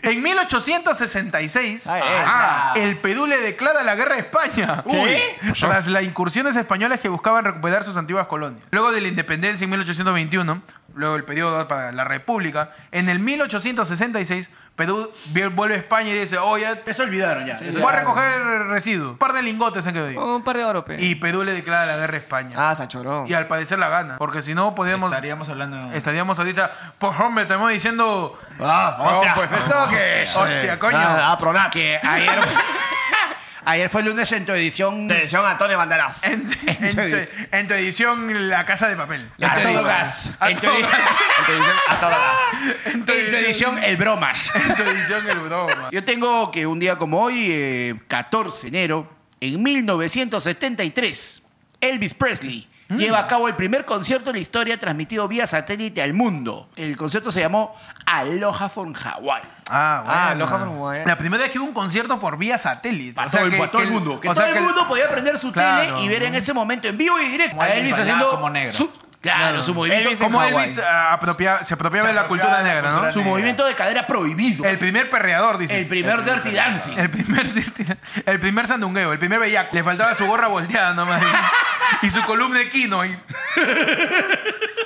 S1: En 1866,
S2: Ay, Pues
S1: ah,
S3: ay.
S1: el Perú le declara la guerra a España. Uy, tras las incursiones españolas que buscaban recuperar sus antiguas colonias. Luego de la independencia en 1821, luego el periodo para la república, en el 1866, Perú vi- vuelve a España y dice, oye,
S4: Eso olvidaron ya. Eso
S1: voy a
S4: olvidaron.
S1: recoger residuos. Un par de lingotes han quedado ahí.
S2: Un par de oro, pe.
S1: Y Perú le declara la guerra a España.
S2: Oh. Ah, Sachorón.
S1: Y al parecer la gana, porque si no podíamos...
S3: Estaríamos hablando de...
S1: Estaríamos ahorita, pues hombre, estamos diciendo.
S4: Ah, hostia.
S1: No, pues esto
S4: [laughs]
S1: que es. Hostia, coño.
S2: Ah, ah, Pronax.
S4: Que ayer. [laughs] ayer fue el lunes en tu edición.
S2: De John Antonio Banderas.
S1: En, en tu- en tu edición, La Casa de
S4: [laughs]
S1: Papel.
S4: A
S1: En tu
S4: todo
S1: edición-
S4: gas.
S1: A
S4: En tu
S1: todo
S4: edi-
S2: Televisión a toda la-
S1: En tu
S4: en tu
S1: edición.
S4: edición, el bromas.
S1: En tu edición, el broma.
S4: Yo tengo que un día como hoy, eh, 14 de enero, en 1973, Elvis Presley lleva a cabo el primer concierto de la historia transmitido vía satélite al mundo. El concierto se llamó Aloha from Hawaii.
S1: Ah,
S2: Ah, Aloha from Hawaii.
S1: La primera vez que hubo un concierto por vía satélite.
S4: eh. Para
S1: O sea,
S4: todo, el-
S1: que-
S4: para todo
S1: que
S4: el mundo. Que
S1: o sea,
S4: todo
S1: que
S4: el mundo podía prender su
S1: Claro.
S4: tele y ver en ese momento en vivo y directo.
S3: Como
S4: A
S3: Elvis
S4: Elvis
S3: bailaba
S4: haciendo
S3: como negro.
S4: su- claro, su movimiento,
S2: Elvis en
S1: Como
S2: Hawaii.
S1: Elvis ah, apropia- se apropiaba de la cultura
S3: apropiaba de la
S1: negra, ¿no?
S3: cultura
S4: su
S3: negra.
S4: movimiento de cadera prohibido.
S1: El primer perreador, dice.
S4: El primer Dirty
S1: [laughs]
S4: Dancing.
S1: El primer, el primer sandungueo, el primer bellaco. Le faltaba su gorra volteada nomás. [laughs] y su columna de quino. ahí. [laughs]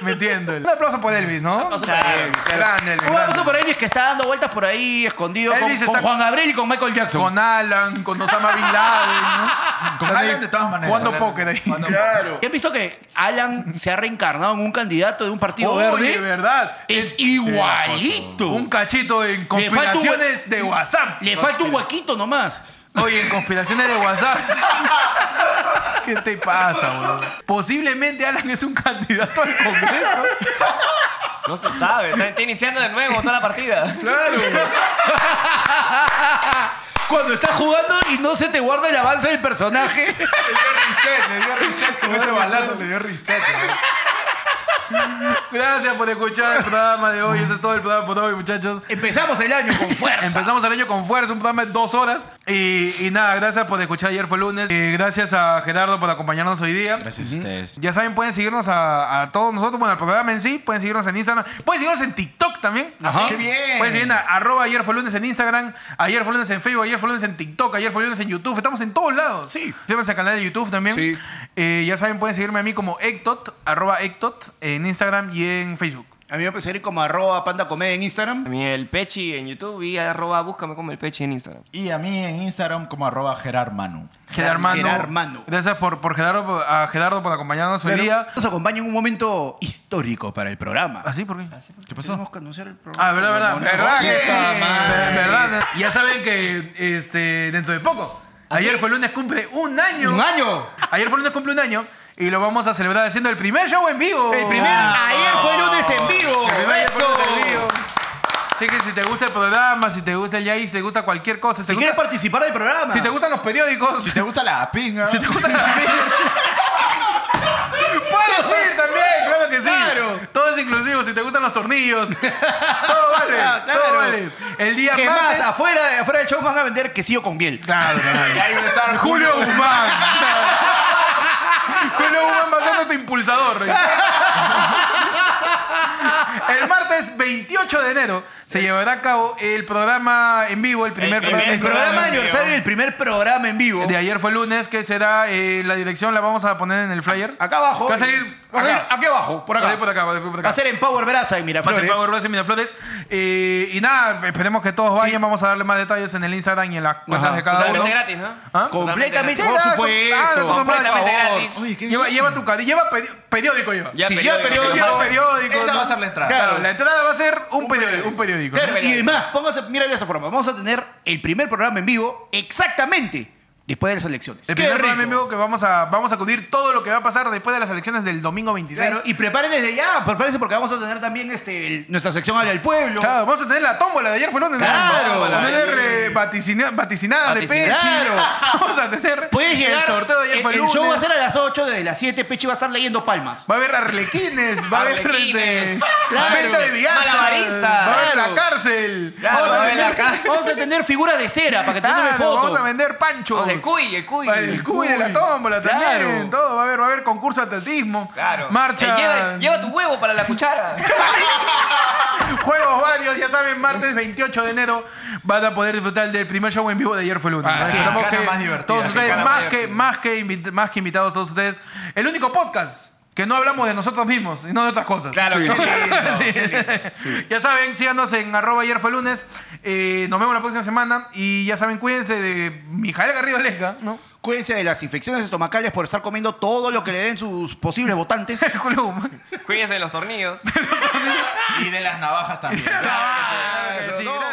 S1: Metiendo. Un aplauso por Elvis, ¿no?
S4: aplauso para Elvis,
S1: Grande, Elvis,
S4: Un aplauso
S1: grande.
S4: por Elvis que está dando vueltas por ahí escondido con,
S1: Elvis
S4: con
S1: está-
S4: Juan Gabriel y con Michael Jackson.
S1: Con Alan, con Osama Bin Laden, ¿no?
S3: Con
S1: Están ahí
S3: Alan de todas maneras.
S1: Jugando
S3: Alan-
S1: póker ahí.
S3: jugando
S4: ¿Y han visto que Alan se ha reencarnado en un candidato de un partido
S1: Oye,
S4: verde?
S1: ¿verdad?
S4: Es igualito.
S1: Un cachito en
S4: Le falta un hue-
S1: conspiraciones de WhatsApp.
S4: Le falta un huequito nomás.
S1: Oye, en conspiraciones de WhatsApp. [laughs] ¿Qué te pasa, boludo? Posiblemente Alan es un candidato al Congreso.
S2: No se sabe. Está, está iniciando de nuevo toda la partida.
S4: Cuando estás jugando y no se te guarda el avance del personaje.
S3: reset, le dio reset. Con ese balazo le dio reset.
S1: Gracias por escuchar el programa de hoy. Ese es todo el programa por hoy, muchachos.
S4: [laughs] Empezamos el año con fuerza.
S1: Empezamos el año con fuerza, un programa de dos horas. Y, y nada, gracias por escuchar. Ayer fue lunes. Eh, gracias a Gerardo por acompañarnos hoy día.
S3: Gracias a ustedes.
S1: Ya saben, pueden seguirnos a, a todos nosotros, bueno, al programa en sí. Pueden seguirnos en Instagram. Pueden seguirnos en TikTok también.
S3: Ajá.
S1: ¿Sí?
S3: ¡Qué bien!
S1: Pueden seguirnos a arroba ayer fue lunes en Instagram, ayer fue lunes en Facebook, ayer fue lunes en TikTok, ayer fue lunes en YouTube. Estamos en todos lados. Sí. Síganse al canal de YouTube también.
S4: Sí.
S1: Eh, ya saben, pueden seguirme a mí como Ectot, arroba Ectot, en Instagram y en Facebook.
S4: A mí me empezó a ir como arroba panda comedia en Instagram.
S2: Mi el Pechi en YouTube y arroba búscame como el Pechi en Instagram.
S3: Y a mí en Instagram como arroba gerarmanu.
S1: Gerarmano.
S4: Gerarmano.
S1: Gracias por, por Gerardo, a Gerardo por acompañarnos hoy día.
S4: Nos acompaña en un momento histórico para el programa.
S1: ¿Así? ¿Por Ah, qué?
S3: ¿Qué
S4: Tenemos que anunciar el programa.
S1: Ah, verdad, verdad.
S4: Como
S1: Verdad, eh.
S4: no-
S1: que-
S4: Puta madre.
S1: verdad. Ya saben que este, dentro de poco. Ayer fue lunes cumple un año.
S4: ¡Un año!
S1: Ayer fue lunes cumple un año. Y lo vamos a celebrar haciendo el primer show en vivo. Ah.
S4: El primer ayer fue lunes en vivo.
S1: El primer ayer fue
S4: Eso.
S1: lunes en vivo. Así que si te gusta el programa, si te gusta el Yaí, si te gusta cualquier cosa, si,
S4: Si
S1: te,
S4: quieres
S1: gusta-
S4: participar del programa.
S1: si te gustan los periódicos,
S3: Si te gusta la pinga.
S1: si te gustan las [laughs] redes. Puedes ir también, claro que sí.
S4: Claro.
S1: Todo es inclusivo, si te gustan los [laughs] tornillos. Todo vale, todo
S4: Claro.
S1: vale. El día
S4: que más,
S1: martes-
S4: afuera, afuera del show van a vender quesillo con miel.
S1: Claro,
S3: Y ahí va a estar
S1: Julio Guzmán. Julio Guzmán va a ser nuestro impulsador. [laughs] Rey. El martes 28 de enero se llevará a cabo el programa en vivo, el primer
S4: El,
S1: programa.
S4: el programa de aniversario, el primer programa en vivo.
S1: de ayer fue lunes, que será eh, la dirección, la vamos a poner en el flyer.
S4: Acá abajo.
S1: Va a salir.
S4: Va a salir
S1: acá.
S4: aquí abajo, por
S1: Va a
S4: acá.
S1: salir Ah, por acá, va a salir por acá.
S4: Va a ser en Power Brasa
S1: Va a ser
S4: en Miraflores.
S1: Power Bros en Miraflores. Eh, y nada, esperemos que todos vayan. Vamos a darle más detalles en el Instagram y en las cuentas
S4: Ajá.
S1: de cada uno.
S2: Totalmente gratis, ¿no?
S1: ¿Ah?
S4: Completamente,
S1: Sí,
S4: por
S1: nada,
S4: supuesto.
S1: com- ah, por
S2: Completamente
S1: favor.
S2: gratis.
S3: Oye, qué
S1: Lleva, lleva tu cadena, lleva pedi- periódico lleva.
S2: Ya
S4: Sí,
S2: periódico.
S4: ya periódico.
S1: Lleva periódico.
S3: Esa
S1: ¿no?
S3: va a ser la entrada.
S1: Claro, la entrada va a ser un, periódico. Un periódico ¿no?
S4: Claro, y además, pónganse, mira de esa forma. Vamos a tener el primer programa en vivo exactamente después de las elecciones.
S1: El
S4: ¡Qué
S1: primer programa
S4: rico!
S1: en vivo que vamos a, vamos a cubrir todo lo que va a pasar después de las elecciones del domingo 26.
S4: Claro,
S1: Claro,
S4: y preparen desde ya, prepárense porque vamos a tener también este, el- nuestra sección Habla el Pueblo.
S1: vamos a tener la tómbola de ayer, fue lunes. ¿no?
S4: Claro.
S1: Vamos a tener eh, vaticina- vaticinada de Pechi.
S2: Vaticinada.
S1: [laughs] Vamos a tener
S4: Puedes llegar.
S1: el sorteo de ayer
S4: el,
S1: fue
S4: el
S1: lunes.
S4: show va a ser a las 8, desde las 7 Pechi va a estar leyendo palmas.
S1: Va a haber arlequines, va a haber
S2: Arlequines.
S1: este,
S4: Claro.
S1: venta de viajes,
S2: Malabaristas.
S1: va a haber la
S4: Claro.
S1: cárcel,
S2: Claro,
S1: vamos, a
S2: va a haber
S1: vender,
S2: la cárcel.
S4: [laughs] Vamos a tener figuras de cera para que te tomen
S1: claro,
S4: fotos.
S1: vamos a vender panchos,
S2: el cuy, el cuy.
S1: el cuy de la tómbola
S4: Claro.
S1: también, todo, va a haber, va a haber concurso de atletismo,
S2: Claro.
S1: marcha,
S2: Eh, lleva, lleva tu huevo para la cuchara. [laughs]
S1: juegos varios, ya saben, martes 28 de enero van a poder disfrutar del primer show en vivo de ayer fue lunes.
S3: Así es.
S1: Estamos
S3: Gincana
S1: que-
S3: más divertida,
S1: Todos ustedes,
S3: gincana
S1: más
S3: más
S1: que, más, que invit- más que invitados todos ustedes, el único podcast que no hablamos de nosotros mismos y no de otras cosas.
S2: Claro que sí.
S1: Ya saben, síganos en arroba ayer fue lunes. Eh, nos vemos la próxima semana. Y ya saben, cuídense de Mijael Garrido Lesga, ¿no? [laughs]
S4: Cuídense de las infecciones estomacales por estar comiendo todo lo que le den sus posibles votantes.
S1: El culo humano.
S2: Cuídense de los tornillos.
S3: Y de las navajas también.
S1: Ah, sí,
S4: no,
S1: gracias.